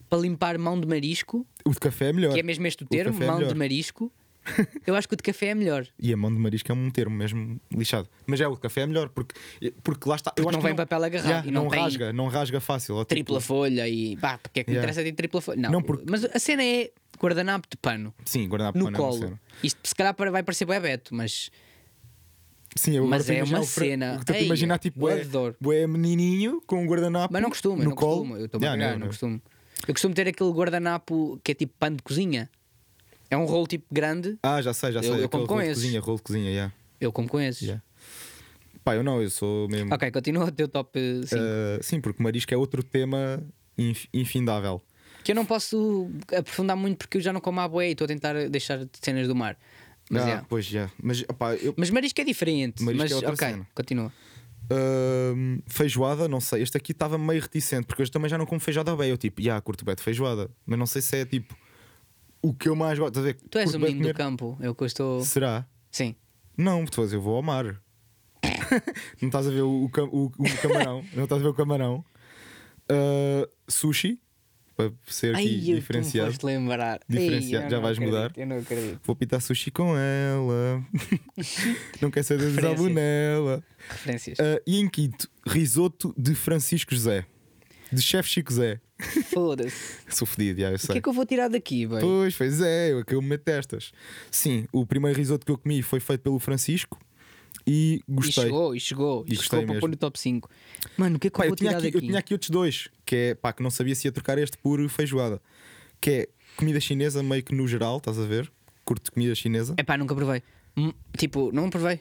para limpar mão de marisco,
O de café é melhor.
que é mesmo este o
O
termo,
café é
mão de
melhor.
marisco, eu acho que o de café é melhor.
E a mão de marisco é um termo mesmo lixado. Mas é o de café é melhor, porque, porque lá está. eu
Porque
acho
não
que
vem papel agarrado
Yeah,
e não
não
tem
rasga, não rasga fácil. ou tipo-
Tripla folha e. Pá, porque é que me
Yeah.
interessa ter tripla folha? Não,
Não, porque-
mas a cena é guardanapo de pano.
Sim, guardanapo
no
pano é uma
colo.
cena.
Isto se calhar para- vai parecer bué Beto, mas
Sim, eu
Mas
agora
é
estou a imaginar
uma
o Fran-
cena.
Estou a
Ei,
imaginar tipo,
eu
bué-
adoro.
bué menininho com um guardanapo.
mas não costumo, eu
no
não
colo.
costumo, eu estou a
Yeah,
cagar,
não,
não
não.
costumo. Eu costumo ter aquele guardanapo que é tipo pano de cozinha. É um rolo tipo grande,
Ah, já sei, já
Eu-
sei.
eu
aquele
como com
rolo de
esses.
cozinha, rolo de cozinha, yeah.
eu como com esses.
Yeah. Pá, eu não, eu sou mesmo.
Ok, continua o teu top eh, 5.
Ah, sim, porque marisco é outro tema inf- infindável.
Que eu não posso aprofundar muito porque eu já não como à boé e estou a tentar deixar de cenas do mar. Mas,
ah,
yeah.
Pois já. Mas, opá, eu-
mas marisco é diferente.
Marisco
mas
é outra
ok,
cena.
continua.
Ahm, feijoada, não sei. Este aqui estava meio reticente, porque eu também já não como feijoada bem. Eu tipo, já curto bem de feijoada, mas não sei se é tipo o que eu mais gosto. Estás a ver?
Tu és
Curto
o
bué de
menino do
comer-
campo, eu que eu estou.
Será?
Sim.
Não, tu fazes, eu vou ao mar. não estás a ver o, o cam- o- o camarão? não estás a ver o camarão? Ah, sushi, para ser aqui
Ai, eu
diferenciado.
te lembrar. Ai,
Diferenciado.
eu
Já
não
vais
acredito,
mudar?
Eu não acredito.
Vou pitar sushi com ela. não quer saber de usar
Referências.
bonela.
Referências.
Ah, e em quinto, risoto de Francisco José. De chefe Chico Zé.
Foda-se.
Sou fedido, já, eu
O que
sei.
é que eu vou tirar daqui, bem?
Pois, pois é, eu acabo-me meto testas. Sim, o primeiro risoto que eu comi foi feito pelo Francisco e
E
gostei.
chegou, e chegou,
E
e
gostei
chegou para
mesmo.
pôr no top 5. Mano, o que é que
Pá,
eu
eu,
vou
tinha
tirar
aqui, eu
daqui?
tinha aqui outros dois, que é pá, que não sabia se ia trocar este por feijoada. Que é comida chinesa, meio que no geral, estás a ver? Curto comida chinesa.
É pá, nunca provei. Hum, Tipo, não provei.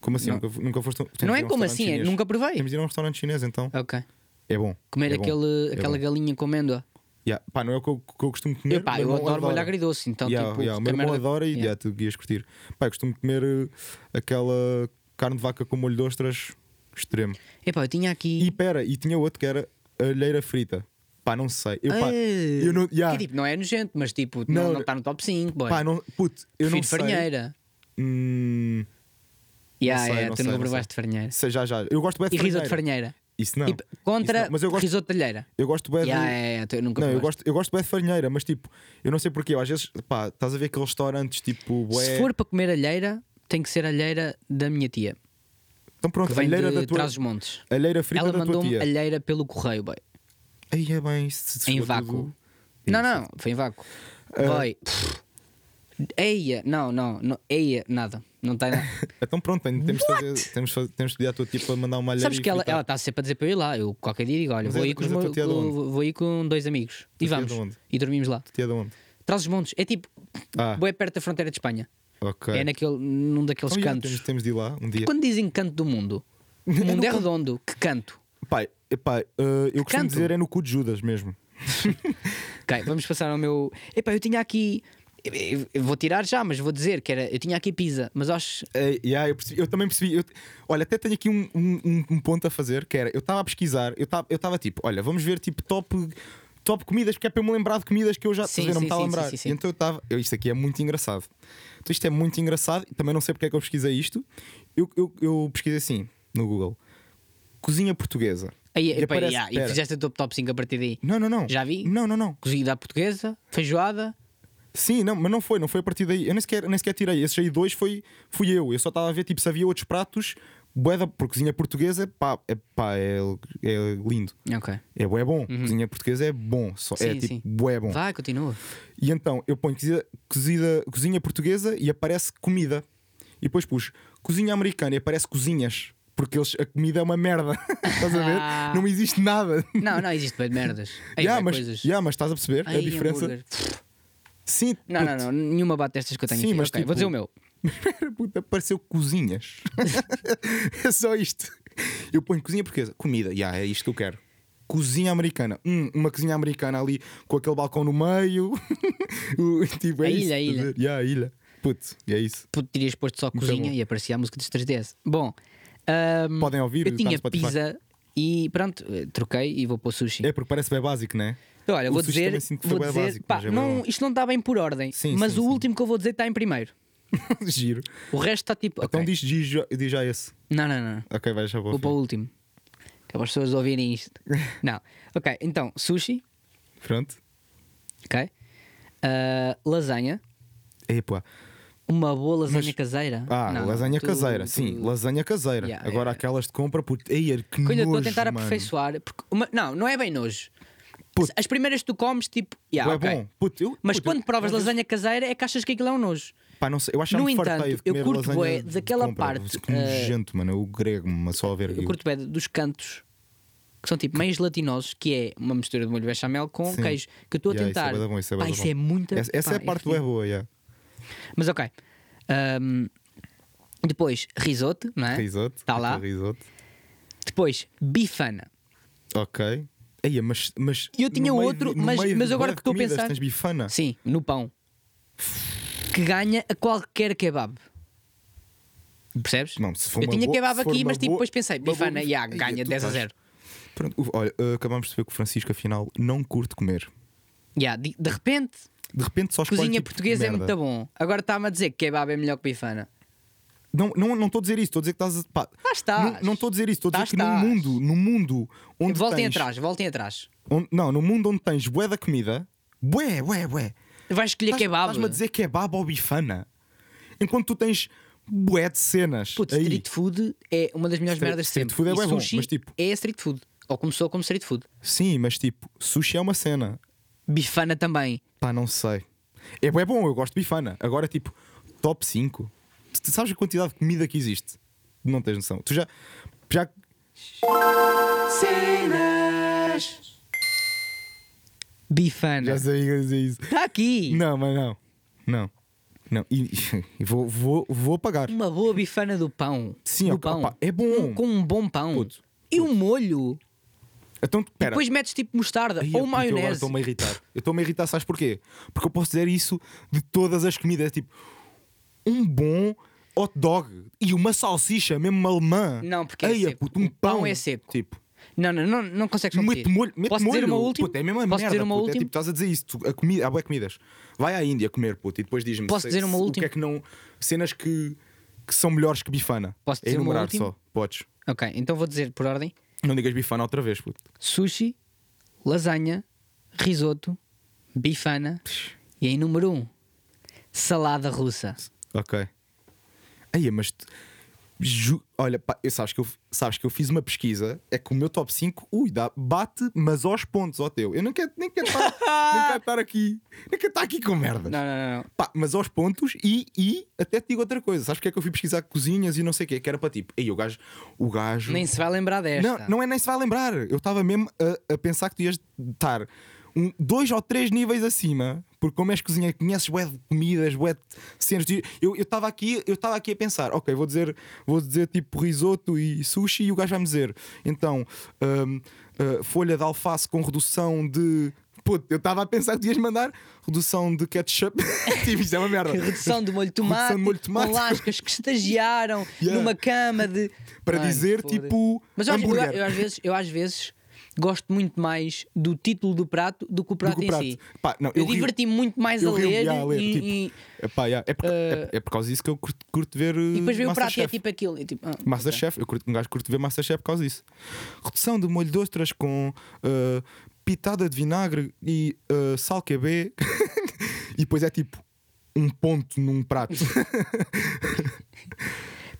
Como assim?
Não.
Nunca, nunca foste. a um- temos
não
de
é
ir a um
como assim,
restaurante
é,
chinês.
nunca provei.
Temos de ir a um restaurante chinês, então.
Ok.
É bom.
Comer
é bom,
aquele,
é
aquela
bom.
galinha com amêndoa.
Yeah. Pá, não é o que eu, que eu costumo comer.
Eu, pá,
meu
eu
irmão
adoro
adora.
molho agridoce, então
Yeah,
tipo.
yeah, o
qualquer
meu irmão
merda-
adora e
Yeah.
yeah, tu ias curtir. Pá, eu costumo comer eh, aquela carne de vaca com molho de ostras extremo.
Epá, eu tinha aqui.
E pera, e tinha outro que era alheira frita. Pá, não sei. Eu, pá,
Ei,
eu não. yeah.
Que tipo, não é nojento, mas tipo,
Não,
não não está no top 5, boy.
Pá, não, puto, eu não
Prefiro
sei.
farinheira.
Hum,
Yeah,
sei,
yeah,
não
tu
sei,
nunca
não
provaste de farinheira.
sei, já, já. Eu gosto bem de
E risoto de
farinheira.
farinheira.
Isso não.
Tipo,
Isso
contra
não. Mas eu gosto,
risoto de alheira.
eu gosto bem de.
Yeah, é, yeah, yeah, tu- eu nunca
Não, eu
provaste.
gosto, eu gosto bem de farinheira, mas tipo, eu não sei porquê. eu Às vezes, pá, estás a ver aqueles restaurantes tipo. Bué...
Se for para comer alheira, tem que ser alheira da minha tia,
Então
que
pronto,
vem
alheira
de
da tua.
trás os montes.
Alheira frita
Ela
da tua
mandou-me
tia.
alheira pelo correio, boy.
Aí é bem, se, se
Em
for
vácuo.
tudo-
Não, não, foi em vácuo.
Ah,
Boy. pff. Eia, não, não, não, eia, nada. Não tem nada.
Então pronto, tem- temos de, fazer, temos, de fazer- temos de pedir à tua tia para mandar uma alheira.
Sabes
e
que ela
fritar.
está sempre a dizer para eu ir lá. Eu qualquer dia digo: olha,
Mas
vou
é-
aí com os
mas a
meus-
tua tia de onde?
vou vou aí com dois amigos. E
tia
vamos.
de onde?
E dormimos lá.
Tia de onde?
Traz os montes. É tipo,
Ah.
boé perto da fronteira de Espanha.
Ok.
É naquele, num daqueles
Então, já,
cantos.
Temos, temos de ir lá um dia.
Quando dizem canto do mundo, o
Eu
mundo é
não-
redondo. Que canto?
Pai, epá, eh, eu costumo
canto?
dizer é no cu de Judas mesmo.
Ok, vamos passar ao meu. Epá, eu tinha aqui. eu- eu- eu vou tirar já, mas vou dizer que era. Eu tinha aqui pizza, mas acho.
Eh, yeah, eu, percebi- eu também percebi. eu- olha, até tenho aqui um, um- um- um ponto a fazer que era: eu estava a pesquisar, eu estava eu tava, tipo, olha, vamos ver tipo top, top comidas, porque é para eu me lembrar de comidas que eu já
Sim,
estás a ver,
sim,
não me está a
sim,
lembrar.
sim, sim, sim.
E Então eu estava, eu, isto aqui é muito engraçado. Então isto é muito engraçado, e também não sei porque é que eu pesquisei isto. Eu, eu, eu pesquisei assim no Google: cozinha portuguesa.
Aí,
E
epá,
aparece-
já, e
pera.
fizeste a top, top 5 a partir daí.
Não, não, não.
Já vi?
Não, não, não.
Cozida à portuguesa, feijoada.
Sim, não, mas não foi, não foi a partir daí. Eu nem sequer, nem sequer tirei. Esses aí dois foi, fui eu. Eu só estava a ver tipo, se havia outros pratos. Boeda, porque cozinha portuguesa pá, é, pá, é, é lindo.
Ok.
É bué bom. Cozinha portuguesa é bom. Só, é
Uhum. Sim,
tipo
sim.
bué bom.
Vai, continua.
E então eu ponho cozida, cozida- cozinha portuguesa e aparece comida. E depois pus cozinha americana e aparece cozinhas. Porque eles, a comida é uma merda. Estás a ver?
Ah.
Não existe nada.
Não, não, existe bem de merdas. Aí
Yeah,
vai
mas,
coisas.
yeah, mas estás a perceber
Ai,
a diferença?
hambúrguer.
Sim,
Não,
puto.
não, não, nenhuma bate destas que eu tenho
Sim,
aqui.
mas
Ok,
tipo-
Vou dizer o meu.
Mas espera, puta, apareceu cozinhas. é só isto. Eu ponho cozinha portuguesa, comida, já é isto que eu quero. Cozinha americana, Hum, uma cozinha americana ali com aquele balcão no meio. O- tipo, é
A
isso,
ilha, a
estás
ilha.
ver? Já, a ilha. Puto, e é isso.
Puto, Terias posto só cozinha
bom.
e aparecia a música dos 3DS. Bom, ahm,
Podem ouvir,
Eu
tá
tinha
no Spotify.
pizza e pronto, eh, troquei e vou pôr sushi.
É porque parece bem básico, né?
Então, Olha,
O
vou
sushi
dizer,
também sinto que foi
vou
bué
dizer
básico,
pá,
mas é
não-
bué bom.
isto não está bem por ordem,
Sim,
mas
sim,
o
sim.
último que eu vou dizer está em primeiro.
Giro.
O resto está tipo.
Então
ok.
diz, diz, já- diz já esse.
Não, não, não. não.
Ok, vai já para o
Vou para o
fim.
último. Que é para as pessoas ouvirem isto. não. Ok, então, sushi,
Pronto.
ok? Ah, lasanha.
É, pá.
Uma boa lasanha
Mas-
caseira.
Ah,
Não,
lasanha
tu-
caseira,
tu-
sim, lasanha caseira.
Yeah,
Agora
yeah.
aquelas de compra, puto, ei, que
Que eu ainda estou
nojo,
a tentar
mano.
aperfeiçoar. Porque uma- não, não é bem nojo.
Puto.
As primeiras que tu comes, tipo.
Bué
Yeah, ok.
bom. Puto, eu-
Mas
puto, eu-
quando provas
às vezes-
lasanha caseira é que achas que aquilo é um nojo.
Pá, não sei, eu acho
No
que
entanto, eu curto bué daquela parte,
Que
eh,
nojento, mano, o grego, mas só a ver.
Eu curto bem dos cantos que são tipo meio gelatinosos, que é uma mistura de molho bechamel com
Sim.
um queijo. Que eu estou a
Yeah, isso é
tentar.
bué da bom, isso é bué
Pá,
da
isso
bom.
é muita.
Essa, essa
pá,
é a parte
fodido.
do é boa, yeah.
Mas ok. Ahm, depois, risoto, não é?
Risoto.
Está lá.
aquele risoto.
Depois, bifana.
Ok. Eia, mas, mas.
E eu tinha
no meio
outro,
de- no
mas-
meio de
mas agora que
bué de
estou a
comidas
pensar-
Tens bifana.
Sim, no pão. Que ganha a qualquer kebab. Percebes?
Não, se for
eu
uma
tinha
boa-
kebab
se for
aqui,
uma
mas tipo,
boa-
depois pensei,
uma boa
bifana,
bife-
já,
Ia,
ganha
tu
10 a
estás-
0.
Pronto, o- olha, uh, acabamos de ver que o Francisco, afinal, não curte comer.
Ya, de, de repente,
De repente só escolhe
cozinha
tipo de
portuguesa é muito
merda.
bom. Agora está-me a dizer que kebab é melhor que bifana.
Não estou não, não estou a dizer isso, estou a dizer que estás. a- Pá,
Lá estás.
Não- Não estou a dizer isso, estou a
Lá
dizer que num
estás.
mundo, num mundo onde.
voltem
tens,
atrás, voltem atrás.
onde- não, no mundo onde tens bué da comida, bué, bué, bué.
Vais escolher
Estás-
kebab.
Estás-me a dizer kebab ou bifana. Enquanto tu tens bué de cenas.
Putz,
aí.
street food é uma das melhores
Street-
merdas de
street
sempre.
food é
E
bué bom,
sushi
mas tipo-
É street food. Ou começou como street food.
Sim, mas tipo, sushi é uma cena.
Bifana também.
Pá, não sei. É bué bom, eu gosto de bifana. Agora, tipo, top 5. Tu, tu sabes a quantidade de comida que existe? Não tens noção. Tu já. já
Cenas. Bifana.
já
É.
sei que eu ia dizer isso.
Está aqui.
Não, mas não. Não. Não. E, e vou, vou, vou apagar.
Uma boa bifana do pão.
Sim,
do
ó,
pão.
pá, é bom.
Com, com um bom pão.
Puto,
E um molho.
Então, pera.
Depois metes tipo mostarda
Ai,
ou
puto, Eu agora
maionese.
estou-me a irritar. Eu estou-me a irritar, sabes porquê? Porque eu posso dizer isso de todas as comidas. É tipo, um bom hot dog e uma salsicha, mesmo alemã.
Não, porque é
Ai,
seco.
puto, um
O pão
pão.
é seco.
Tipo,
Não, não, não, não consegues competir.
mete molho. Mete
Posso
molho.
dizer uma última?
Puto, é a mesma
Posso
merda,
dizer uma
puto. É
última?
tipo, estás a dizer isso. tu- A comida, há boas comidas. Vai à Índia comer, puto, e depois diz-me
Posso
se-
dizer uma
se- o que
última?
é que não. Cenas que, que são melhores que bifana.
Posso
é
dizer uma
enumerar
última?
só. Podes.
Ok, então vou dizer por ordem:
Não digas bifana outra vez, puto.
sushi, lasanha, risoto, bifana e em número 1, um, salada russa.
Ok. Aí, mas tu- ju- olha, pá, eu sabes que eu, sabes que eu fiz uma pesquisa, é que o meu top 5, ui, dá, bate, mas aos pontos ao teu. Eu não quero, nem quero estar, nem quero estar aqui, nem quero estar aqui com merda.
Não, não, não, não.
Pá, mas aos pontos e, e até te digo outra coisa. Sabes porque é que eu fui pesquisar cozinhas e não sei o quê? Que era para tipo, aí o gajo, o gajo.
Nem se vai lembrar desta.
Não, não é nem se vai lembrar. Eu estava mesmo a, a pensar que tu ias estar um, dois ou três níveis acima, porque como és cozinheiro, conheces bué de comidas, bué de cenas. de- Eu eu estava aqui, eu estava aqui a pensar, ok, vou dizer, vou dizer tipo risoto e sushi e o gajo vai-me dizer, então, hum, ah, folha de alface com redução de Puto, eu estava a pensar que tu ias mandar redução de ketchup. tipo, isto é uma merda.
Redução do molho de tomate,
Redução de molho de tomate.
com lascas que estagiaram
Yeah.
numa cama de.
Para
Mano,
dizer,
foda-se.
tipo,
Mas eu, acho- eu-
hambúrguer.
eu às vezes, eu às vezes gosto muito mais do título do prato do que o prato
que o
em
prato.
si.
Pá, não,
eu
eu rio-
diverti-me muito mais a
eu rio-me
ler,
a ler,
e,
tipo,
e-
Epá, yeah, é, por, é, é por causa disso que eu curto, curto ver.
Eh,
eh,
e depois veio o prato e é
Masterchef.
tipo aquilo. E, tipo, ah, ok.
Masterchef, eu curto, um gajo curto ver Masterchef por causa disso. Redução de molho de ostras com ah, pitada de vinagre e ah, sal QB. e depois é tipo um ponto num prato.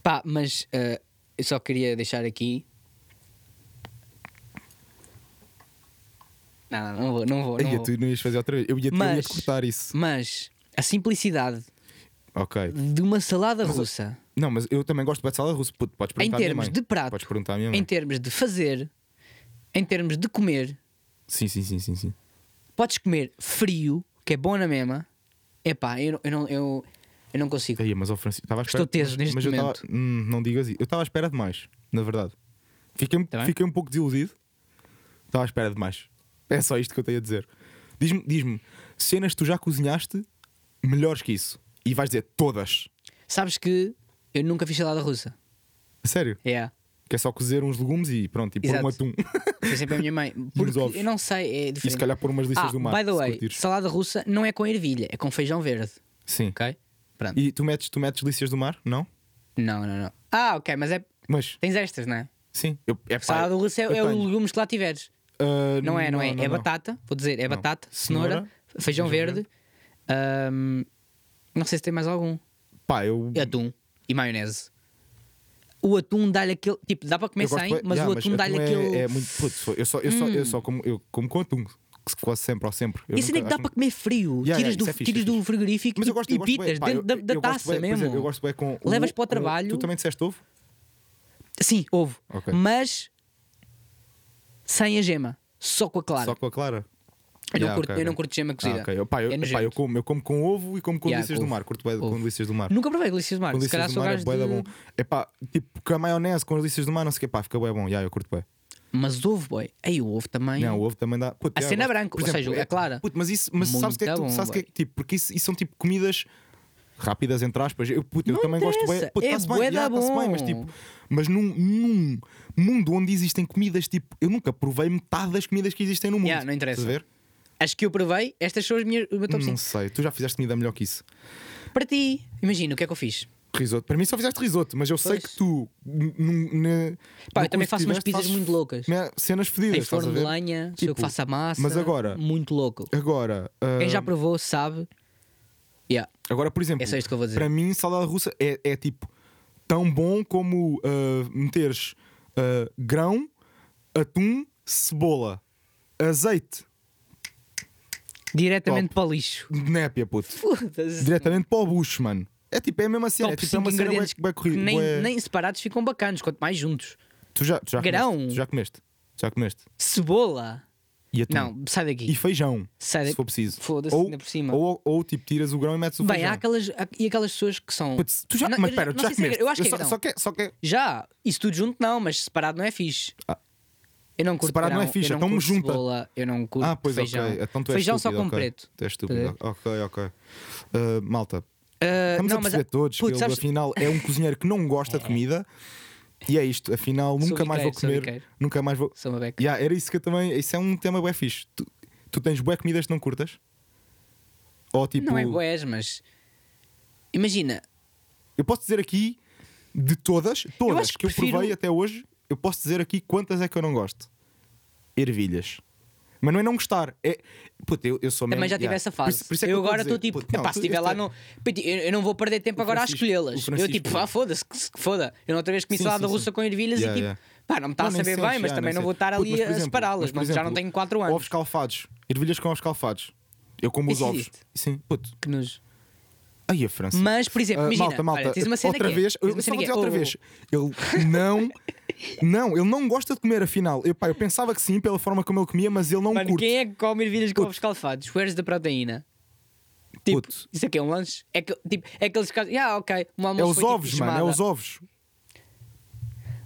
Pá, mas ah, eu só queria deixar aqui. Não, não, não vou, não vou. Não
Aí
vou.
tu não ias fazer outra vez. Eu ia, eu ia
Mas-
te cortar isso.
Mas a simplicidade
Ok.
de uma salada russa.
Não, mas eu também gosto de batizada russa. Puto, Podes
em
perguntar à minha
termos
mãe.
de prato,
Podes perguntar à minha mãe.
em termos de fazer, em termos de comer,
Sim, sim, sim, sim, sim.
podes comer frio, que é bom na mesma. Epá, eu, não- eu, não, eu, eu não consigo.
Aí, mas ao Francisco, estava à
Estou
espera.
teso
mas-
neste
mas eu estava-
momento.
Hum, não digas isso. Eu estava à espera demais, na verdade. Fiquei,
Tá bem?
fiquei um pouco desiludido. Estava à espera demais. É só isto que eu tenho a dizer. Diz-me, diz-me, cenas que tu já cozinhaste melhores que isso. E vais dizer todas.
Sabes que eu nunca fiz salada russa.
A Sério.
É. Yeah.
Que é só cozer uns legumes e pronto, e pôr
Exato.
um atum.
Foi sempre a minha mãe. Porque
ovos.
eu não sei, é
e
diferente.
se calhar pôr umas listas
ah,
do mar.
by the
se
way,
curtires.
salada russa não é com ervilha, é com feijão verde.
Sim.
Ok? Pronto.
E tu metes, tu metes lícias do mar? Não?
Não, não, não. Ah, ok, mas é.
Mas,
Tens estas, não é?
sim. Eu, é pá,
Salada russa é,
eu
é os
tenho.
legumes que lá tiveres.
Ah,
Não é, não, é.
não,
é
não.
batata, vou dizer, é
Não.
batata, cenoura,
Cenoura,
feijão,
feijão
verde. ahm, não sei se tem mais algum.
Pá, eu.
E atum e maionese. O atum dá-lhe aquele. Tipo, dá para comer
Eu gosto
sem,
bué-
mas
Yeah,
o atum dá-lhe
é,
aquele. Hum.
É muito. Putz, eu só, eu só, eu só como, eu como com atum, que se- quase sempre ou sempre. Eu
Isso
nunca-
nem que dá
acho
para
nunca-
comer frio.
Yeah,
tiras
yeah,
do,
isso é fixe,
tiras
é
do
fixe.
frigorífico
Mas
e,
eu gosto
e
eu gosto bué,
pitas
pá,
dentro
eu-
da,
eu
da
gosto bué,
taça
por exemplo,
mesmo.
Eu gosto bem com. o-
Levas para o
com-
trabalho.
Tu também disseste ovo?
Sim, houve.
Ok.
Mas sem a gema, só com a clara.
Só com a clara?
Eu, não
Yeah,
curto,
ok,
eu não
ok.
curto gema cozida.
Ah, ok. Eu, pá, eu,
É
pá,
nojento.
eu como, eu como com ovo e como com
Yeah,
delícias
com
do mar.
ovo.
Curto bem
Ovo.
com delícias do mar.
Nunca provei delícias de mar.
Com
Se calhar
delícias do
sou
mar é
gajo
bué da
de...
bom. É pá, tipo, com a maionese, com delícias do mar, não sei o que, pá, fica bem bom. Yeah, eu curto bem.
Mas ovo, boy. Aí o ovo também.
Não, o ovo também dá.
É.
Puto,
A
yeah,
cena
gosto.
branca,
Por
ou seja, é clara.
puto, mas isso, mas sabes o que é que
Muito
tu,
bom,
sabes o que é que, tipo, porque isso, isso são tipo comidas rápidas entre aspas. Eu, puto, eu
Não
também gosto
interessa,
bué. Puto,
é
tá-se
bué
bem,
da
já, tá-se
bom.
bem, mas tipo, mas num, num mundo onde existem comidas, tipo, eu nunca provei metade das comidas que existem no mundo.
Yeah, não interessa.
Estás a ver?
Acho que eu provei, estas são as minhas o meu top
Não
5.
sei, tu já fizeste comida melhor que isso.
Para ti, imagina o que é que eu fiz.
Risoto. Para mim só fizeste risoto, mas eu sei
Pois.
que tu. n- n- n-
Pá,
no
eu também
curso
faço
que
umas
tiveste,
pizzas
fazes
muito loucas.
me- Cenas fedidas.
Em
estás a
forno de
ver?
lenha, sou eu que
Tipo,
faço a massa.
mas agora-
Muito louco.
Agora, ah,
Quem já provou sabe. Yeah.
agora, por exemplo,
É só isto que eu vou dizer.
para mim, salada russa é, é, tipo tão bom como ah, meteres ah, grão, atum, cebola, azeite,
Diretamente para o lixo.
népia, puto.
Foda-se.
Diretamente para o bucho, mano. É tipo, é a mesma cena.
Top
é tipo, é
5
uma cena
Então,
bué-
ingredientes
bué
que
corrida,
nem,
bué-
nem separados ficam bacanos, quanto mais juntos.
Tu já, tu já
Grão.
Comeste, tu já comeste. Já comeste.
Cebola.
E atum.
Não, sai daqui.
E feijão,
Sai
se
daqui.
for preciso.
Foda-se,
Ou-
ainda por cima.
Ou, ou, tipo, tiras o grão e metes o
Bem, há
feijão.
aquelas, há- e aquelas pessoas que são.
Putz, tu já,
Não,
mas
eu
espera,
não
tu já
sei se é
comeste.
gra- eu acho que é
só,
grão.
só que é- só que é-
Já, isso tudo junto não, mas separado não é fixe.
Ah.
Eu não curto
Separado não é
grão,
fixe,
eu não
então
curto
junta.
cebola, eu não curto
Ah, pois
feijão.
ok. Então tu és
feijão só
estúpido,
com
ok.
preto.
Tu és estúpido. Ok, ok. Ah, malta,
Ah,
estamos
não,
a
mas
perceber todos
putz,
que ele
sabes-
afinal é um cozinheiro que não gosta de comida. E é isto, afinal nunca mais vou
biqueiro, sou
comer,
biqueiro.
nunca mais vou.
Sou uma beca.
Yeah, era isso que eu também. Isso é um tema bué fixe. Tu, tu tens bué comidas que não curtas? Ou tipo.
Não é boés, mas. Imagina,
Eu posso dizer aqui de todas, todas
acho que
que eu
prefiro-
provei até hoje, eu posso dizer aqui quantas é que eu não gosto. Ervilhas. Mas não é não gostar. É... Puta, eu, eu sou mesmo.
também já tive
yeah.
essa
Por
fase.
isso- por isso é que
eu
tô a
agora
dizer,
estou tipo,
puta, não,
"Epá, se
tu-
estiver
isto
lá,
é-
não, eu, eu não vou perder tempo agora a
Francisco-
escolhê-las.
o
Eu
Francisco-
tipo, vá, foda-se, que se que foda. Eu outra vez comi
Sim,
salada
sim,
russa
sim.
com ervilhas
Yeah,
e tipo,
yeah.
pá, não me está a
Não, nem
saber
sei,
bem, mas
já,
também
nem
não
sei.
vou estar
Puto,
ali
mas, por
a
exemplo,
separá-las.
mas, por
não- Já não
exemplo,
tenho 4 anos.
Ovos calfados. Ervilhas com ovos calfados. Eu como os
Isso
ovos.
existe.
Sim, puto.
Que nojo.
Aí a França.
Mas, por exemplo,
Ah,
imagina,
malta, malta,
olha, tens uma cena
outra
que é-
vez,
tens
eu
uma
só
cena
vou
que
dizer
é-
outra
oh,
vez. Ele não, não, ele não gosta de comer, afinal. Eu, pá, eu pensava que sim, pela forma como ele comia, mas ele não
Mano,
curte.
quem é que come ervilhas com
Puto.
ovos calfados? Where's da proteína? Tipo,
Puto.
isso aqui é um lanche? É, que, tipo, é aqueles casos. Ah, ok. Um almoço
É os
foi, tipo,
ovos, mano, é
gemada.
os ovos.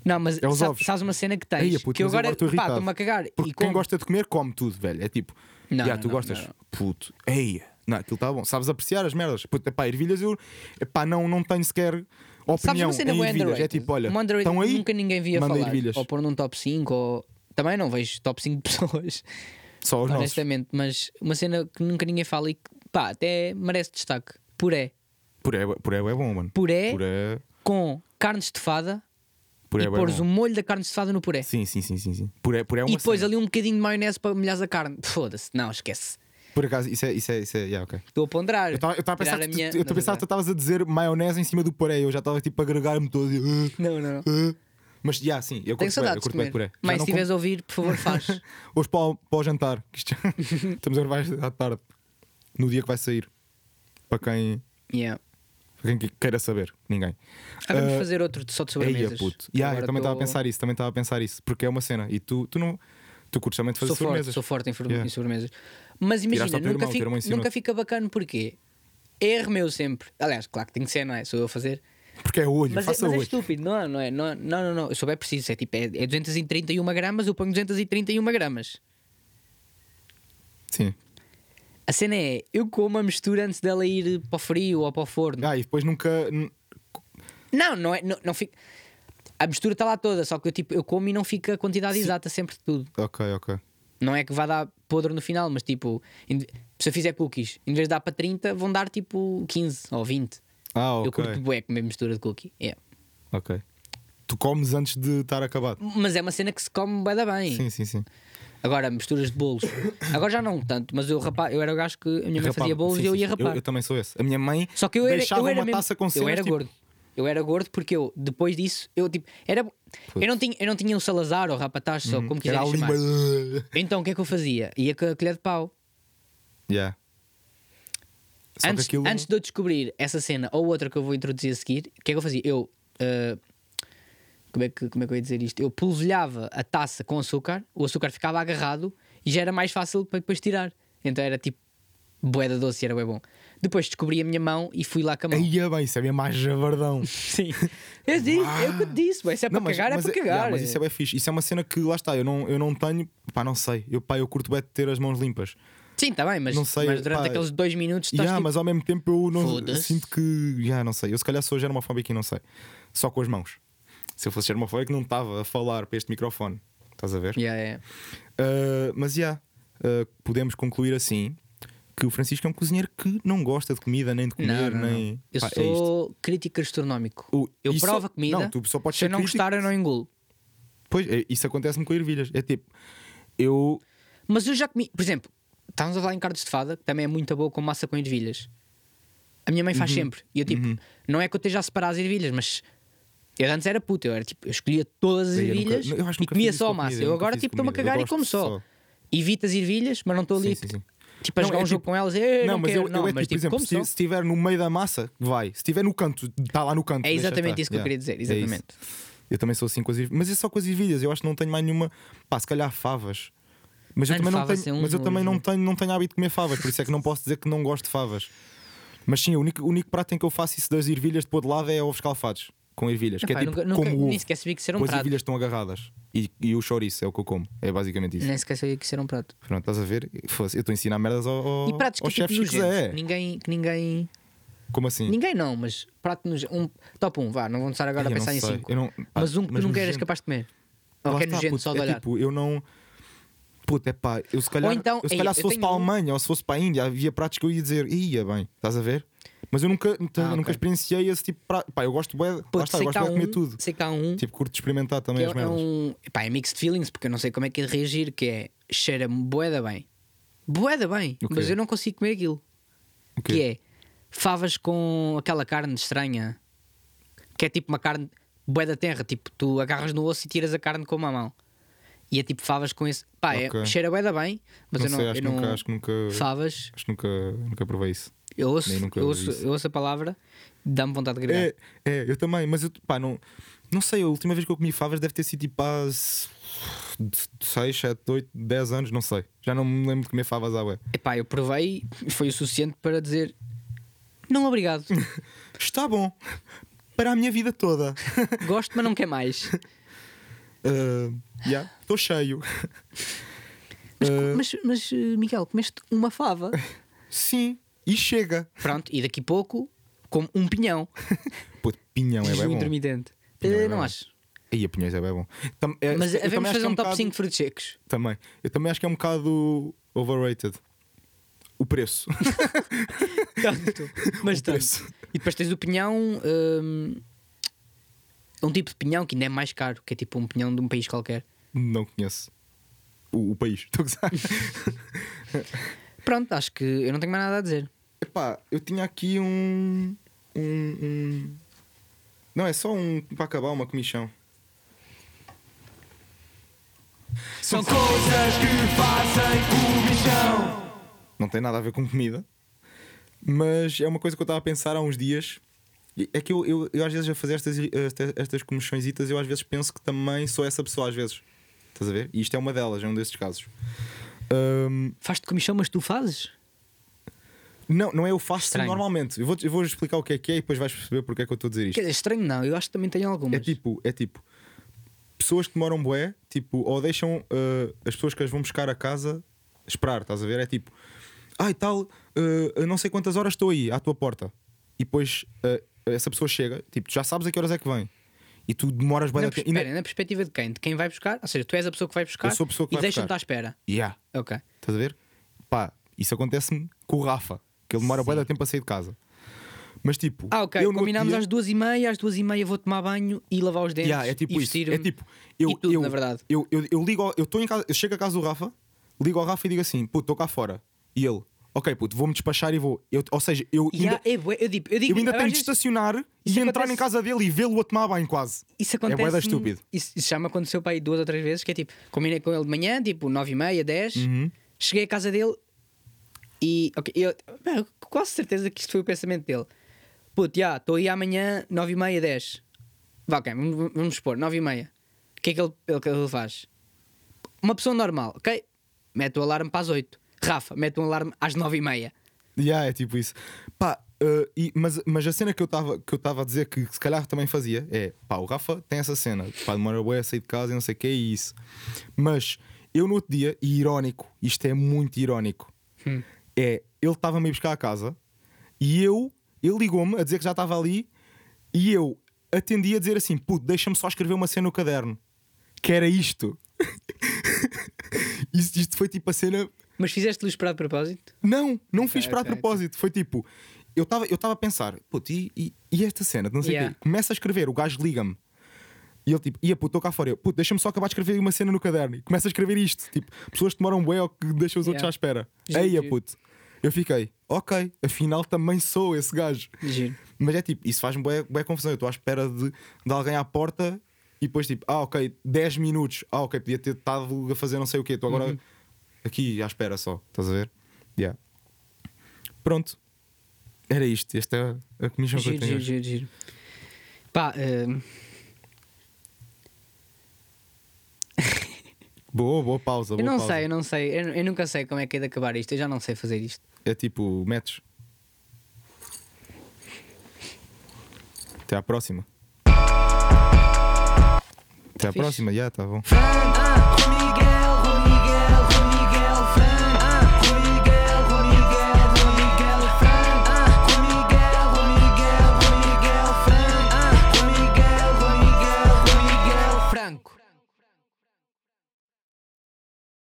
Não, mas
É os
sa-
ovos.
sabes uma cena que tens
Aí, puto,
que eu
mas
agora
estou
pá,
irritado.
estou-me a cagar.
Porque
e
quem
como-
gosta de comer, come tudo, velho. É tipo,
Não,
não,
não,
tu
não,
gostas?
não.
Puto, ei, não, aquilo está bom. Sabes apreciar as merdas. Puto, epá, ervilhas eu, epá, não, não tenho sequer
Sabes
opinião
uma cena
em
bué
ervilhas.
underrated?
É tipo, olha,
Uma underrated
estão
que
aí,
nunca ninguém via
manda
falar.
ervilhas.
Ou pôr num top 5 ou... Também não vejo top 5 pessoas,
Só os nossos.
honestamente, mas uma cena que nunca ninguém fala e que pá, até merece destaque. Puré.
Puré, puré é bom, mano.
Puré,
Puré,
com carne estufada
puré
e
é bué
pôres
bom.
o molho da carne estufada no puré.
Sim, sim, sim, sim, sim. Puré, puré é uma
e depois
cena.
ali um bocadinho de maionese para molhares a carne. Foda-se, não, esquece.
Por acaso, isso é, isso é, isso é, yeah, ok.
Estou a ponderar.
Eu estava a
Tirar
pensar que
a
tu-
minha-
eu
Não,
tô a pensar que tu
não,
estavas a dizer maionese em cima do puré, eu já estava tipo a agregar-me todo. e, uh,
Não, não, não.
uh. Mas, já, yeah, sim, eu
Tenho
curto puré, eu
saudades de
curto bem puré.
comer.
Já
Mas se
não
estiveres a ouvir, por favor, faz.
Hoje para o, para o jantar. que isto- Estamos a gravar à tarde. No dia que vai sair. Para quem,
Yeah.
para quem que- queira saber. Ninguém.
Ah, vamos
Ah,
fazer outro de- só de
Eia,
sobremesas.
puto. Yeah, eu
Agora
também estava
tô-
a pensar isso. Também estava a pensar isso. Porque é uma cena. E tu, tu não. Tu curtes também de fazer
Sou forte,
sobremesas.
sou forte em, forme-
Yeah.
em sobremesas. Mas
Tiraste
imagina,
ao teu
nunca,
irmão, o teu
fica,
irmão ensinou-te.
nunca fica bacana porque erro meu sempre. Aliás, claro que tem que ser, não é? Sou eu a fazer.
Porque é olho,
Mas, é-
faça
mas é
olho.
estúpido, não, é? não é? Não, não, não, não. Eu souber preciso. É tipo, é, é 231 gramas, eu ponho 231 gramas.
Sim.
A cena é, eu como a mistura antes dela ir para o frio ou para o forno.
Ah, e depois nunca. n-
Não, não é, não, não fica. A mistura está lá toda, só que eu, tipo, eu como e não fica a quantidade exata sempre de tudo.
Ok, ok.
Não é que vá dar podre no final, mas tipo, em- se eu fizer cookies, em vez de dar para 30, vão dar tipo 15 ou 20.
Ah,
Eu curto
ok.
bué comer mistura de cookie. É.
Ok. Tu comes antes de estar acabado.
Mas é uma cena que se come bué da bem.
Sim, sim, sim.
Agora, misturas de bolos. Agora já não tanto, mas eu, rapá, eu era o gajo que a minha mãe
Rapava.
fazia bolos
Sim,
e eu
sim,
ia
sim.
rapar.
Eu, eu também sou esse. A minha mãe
Só que eu era,
deixava
eu era
uma
mesmo-
taça com
eu
cenas,
era
tipo,
gordo. Eu era gordo porque eu, depois disso, eu tipo, era eu não tinha, eu não tinha o Salazar ou Rapataz, só como
Uhum.
quiserem
Era a
chamar.
língua.
Então o que é que eu fazia? Ia com a colher de pau.
Yeah. Só
antes,
que aquilo.
antes de eu descobrir essa cena ou outra que eu vou introduzir a seguir, o que é que eu fazia? Eu. ah, como, é que, como é que eu ia dizer isto? Eu polvilhava a taça com açúcar, o açúcar ficava agarrado e já era mais fácil para depois tirar. Então era tipo. Boeda doce, era bem bom. Depois descobri a minha mão e fui lá com a mão.
Aí é bem, isso é bem mais javardão.
Sim. Eu disse, eu que te disse, bué, se é para cagar, é para cagar.
yeah, mas isso é bem fixe. Isso é uma cena que lá está, eu não, eu não tenho, pá, não sei. Eu, pá, eu curto bem de ter as mãos limpas.
Sim, está bem, mas,
Não sei,
mas durante
pá,
aqueles dois minutos estás
Yeah,
tipo,
mas ao mesmo tempo eu não
Foda-se.
sinto que. Yeah, não sei. Eu se calhar sou germofóbico e não sei. Só com as mãos. Se eu fosse germofóbico, não estava a falar para este microfone. Estás a ver?
Yeah, yeah.
Uh, mas já podemos concluir assim que o Francisco é um cozinheiro que não gosta de comida, nem de
Não,
comer,
não, não.
nem.
Eu
Pá, é isto.
sou crítico gastronómico.
O-
eu
isso-
provo a comida.
não, tu só podes
se eu
ser
não
crítico-
gostar, eu não engulo.
Pois, é, isso acontece-me com ervilhas. É tipo, eu.
Mas eu já comi, por exemplo, estávamos a falar em carnes de fada, que também é muito boa com massa com ervilhas. A minha mãe faz
Uhum.
sempre. E eu tipo, não é que eu esteja a separar as ervilhas, mas eu antes era puto, eu era tipo, eu escolhia todas as
Sim, eu nunca-
ervilhas
eu acho que
e
nunca
comia
fiz isso
só a
com comida,
massa.
eu
eu
nunca
agora
fiz
tipo,
com
estou-me a
comida, eu
cagar e
gosto
como só.
só.
Evito as ervilhas, mas não estou ali
Sim, sim, sim.
tipo a
Não,
jogar
é
um jogo
tipo-
com elas. "Eh,
não,
não,
mas
quero,
eu,
não,
eu é
mas
tipo, por
tipo,
exemplo,
como só.
se, se estiver no meio da massa, vai. Se estiver no canto, está lá no canto.
É
deixa
exatamente
estar.
isso que eu
Yeah.
queria dizer,
É isso.
exatamente.
Eu também sou assim com as ervilhas. Mas é só com as ervilhas. Eu acho que não tenho mais nenhuma. Pá, se calhar favas. Mas eu
Mano,
também, não
favas
tenho,
é um
mas eu também não,
nojo.
tenho, não tenho hábito de comer favas. Por isso é que não posso dizer que não gosto de favas. Mas sim, o único, o único prato em que eu faço isso das ervilhas de pôr de lado é ovos calfados. Com ervilhas. que é
Epá, eu
tipo
nunca, nunca,
como
nem
ovo.
sequer sabia que isso era um
Com as
prato.
ervilhas estão agarradas. E, e o chouriço é o que eu como. É basicamente isso.
Nem sequer sabia que isso era um prato.
Pronto, estás a ver? Fosse, eu estou a ensinar merdas ao, ao,
E pratos que
ao
tipo
Oh, chefe Chico
nojentos,
Zé.
que ninguém, que ninguém
Como assim?
Ninguém não, mas prato nos. Um, top 1, vá, não vou começar agora
Ai,
a
eu não
pensar em
sei,
5.
eu não- pá,
Mas um que
mas
tu nunca eras
nojento.
capaz de comer.
Lá
Ou que é
está,
nojento
puto,
só de
é
olhar.
tipo, eu não. Puta, é pá, eu se calhar.
então-
eu se
ei,
calhar
eu
se fosse
tenho
para a
um-
Alemanha ou se fosse para a Índia, havia pratos que eu ia dizer, ia bem, estás a ver? Mas eu nunca, então, eu nunca
Ah, ok.
experienciei esse tipo de prato. Pá, eu gosto bué, lá
Puto,
está, eu
sei
gosto
que há
bué de comer
um-
tudo.
Sei que há um.
Tipo, curto de experimentar
que
também
é,
as
é
merdas.
um. Pá, é mixed feelings, porque eu não sei como é que é de reagir, que é. Cheira-me boeda bem. Boeda bem,
O quê?
mas eu não consigo comer aquilo.
O quê?
Que é favas com aquela carne estranha. Que é tipo uma carne bué da terra, tipo, tu agarras no osso e tiras a carne com uma mão. E é tipo favas com esse. Pá,
Ok.
é, cheira bué da bem, mas
não
eu não. é,
sei, acho,
eu
que
não...
nunca, acho que nunca.
Favas,
Acho que nunca, nunca provei isso.
eu ouço,
Nem nunca
eu
ouvi
ouço,
isso.
eu ouço a palavra, dá-me vontade de gritar.
É, é, eu também, mas eu, pá, não, não sei, a última vez que eu comi favas deve ter sido tipo há 6, 7, 8, 10 anos, não sei. Já não me lembro de comer favas à ué.
Epá, eu provei e foi o suficiente para dizer não, obrigado.
Está bom. Para a minha vida toda.
Gosto, mas não quer mais.
Uh, yeah, Estou cheio.
Mas,
Eh.
mas, mas, eh, Miguel, comeste uma fava.
Sim. E chega.
Pronto, e daqui a pouco, como um pinhão.
Pô, pinhão é
Jejum
bem bom.
intermitente.
Pinhão
Eh,
é
não
bom.
acho.
E a pinhões é bem bom. Tam- é-
Mas
eu também
havemos
acho que
fazer
é
um top
bocado-
5 frutos secos.
Também. Eu também acho que é um bocado overrated. O preço.
Tanto. Mas
O
tanto.
preço.
E depois tens o pinhão. hum, um tipo de pinhão que ainda é mais caro, que é tipo um pinhão de um país qualquer.
Não conheço. O, o país. Estou a gozar.
Pronto, acho que eu não tenho mais nada a dizer.
Epá, eu tinha aqui um. Um. um- Não, é só um para acabar uma comichão.
São
coisas que fazem comichão.
Não tem nada a ver com comida. Mas é uma coisa que eu estava a pensar há uns dias. E É que eu, eu, eu às vezes a fazer estas, estas, estas comichõesitas, eu às vezes penso que também sou essa pessoa, às vezes. Estás a ver? E isto é uma delas, é um desses casos. Hum, Ahm,
Faz-te comichão, mas tu fazes?
não, não é eu faço
Estranho.
normalmente. Eu vou, eu vou explicar o que é que é e depois vais perceber porque é que eu estou a dizer isto.
Quer dizer, estranho não, eu acho que também tenho algumas.
É tipo, é tipo pessoas que demoram bué, tipo, ou deixam eh, as pessoas que as vão buscar a casa esperar, estás a ver? É tipo, ai tal, eh, eu não sei quantas horas estou aí à tua porta. E depois eh, essa pessoa chega, tipo, tu já sabes a que horas é que vem. E tu demoras bué
na,
da
pers-
tempo. E
espera, na perspectiva de quem? De quem vai buscar? Ou seja, tu és a pessoa que vai buscar
Eu sou a pessoa que
e
vai
deixa-te
buscar.
à espera.
Yeah,
Ok.
estás a ver? Pá, isso acontece-me com o Rafa, que ele demora bué da tempo a sair de casa. Mas tipo,
Ah, ok.
eu no outro
Combinámos
dia-
às duas e meia, às duas e meia vou tomar banho e lavar os dentes.
Yeah, é tipo
e
isso.
vestir-me.
É tipo, eu,
um e tudo,
eu,
na verdade.
Eu, eu, eu ligo, ao- eu estou em casa, eu chego à casa do Rafa, ligo ao Rafa e digo assim, puto, estou cá fora. E ele, ok, puto, vou-me despachar e vou. Eu- ou seja, eu
Yeah,
ainda,
é bué, eu digo, eu digo
eu ainda
às
tenho de
vezes-
estacionar e
isso
entrar
acontece-
em casa dele e vê-lo a tomar banho quase. É
Isso
bué da
acontece.
estúpido.
Isso, isso já me aconteceu para aí duas ou três vezes. Que é tipo, combinei com ele de manhã, tipo 9 e meia, 10.
Uhum.
Cheguei à casa dele e. ok, eu, bem, eu quase certeza que isto foi o pensamento dele. Puto, já, estou aí amanhã, 9 e meia, 10. Vá, ok, vamos, vamos supor, 9 e meia. O que é que ele, ele, que ele faz? Uma pessoa normal, ok? Mete o alarme para as 8. Rafa, mete um alarme às 9 e meia.
Yeah, é tipo isso. Pá, eh, e- mas, mas a cena que eu estava a dizer que se calhar também fazia é pá, o Rafa tem essa cena, pá, demora bué a sair de casa e não sei o que, é isso. Mas eu no outro dia, e irónico, isto é muito irónico, é ele estava-me a ir buscar a casa e eu, ele ligou-me a dizer que já estava ali e eu atendi a dizer assim: puto, deixa-me só escrever uma cena no caderno, que era isto. isto, isto foi tipo a cena
Mas fizeste-lhe o esperado propósito?
não, não fiz para
ok,
a propósito. Foi tipo, eu estava eu tava a pensar, puto, e, e- e esta cena? de Não sei o
Yeah.
quê. Começa a escrever, o gajo liga-me. E ele tipo, ia puto, estou cá fora. Eu, puto, deixa-me só acabar de escrever uma cena no caderno. E começa a escrever isto. Tipo, pessoas que demoram bué ou que deixam os outros
Yeah.
à espera.
Giro,
Eia,
giro.
puto. Eu fiquei, ok, afinal também sou esse gajo.
Giro.
Mas é tipo, isso faz-me bué, bué confusão. Eu estou à espera de, de alguém à porta e depois tipo, ah ok, 10 minutos. Ah ok, podia ter estado a fazer não sei o quê. Estou
Uhum.
agora aqui à espera só. Estás a ver? Yeah. Pronto. Era isto. Esta é a comissão que eu
Giro,
tenho.
giro,
hoje.
giro, giro. Pá, hum,
Boa, boa pausa.
eu
boa
não
pausa.
sei, eu não sei. Eu, eu nunca sei como é que é de acabar isto. Eu já não sei fazer isto.
É tipo, metes. Até à próxima. Até à
Fixe.
próxima, já, tá bom.
Fran, Rui Miguel, Rui Miguel, Rui Miguel, Fran.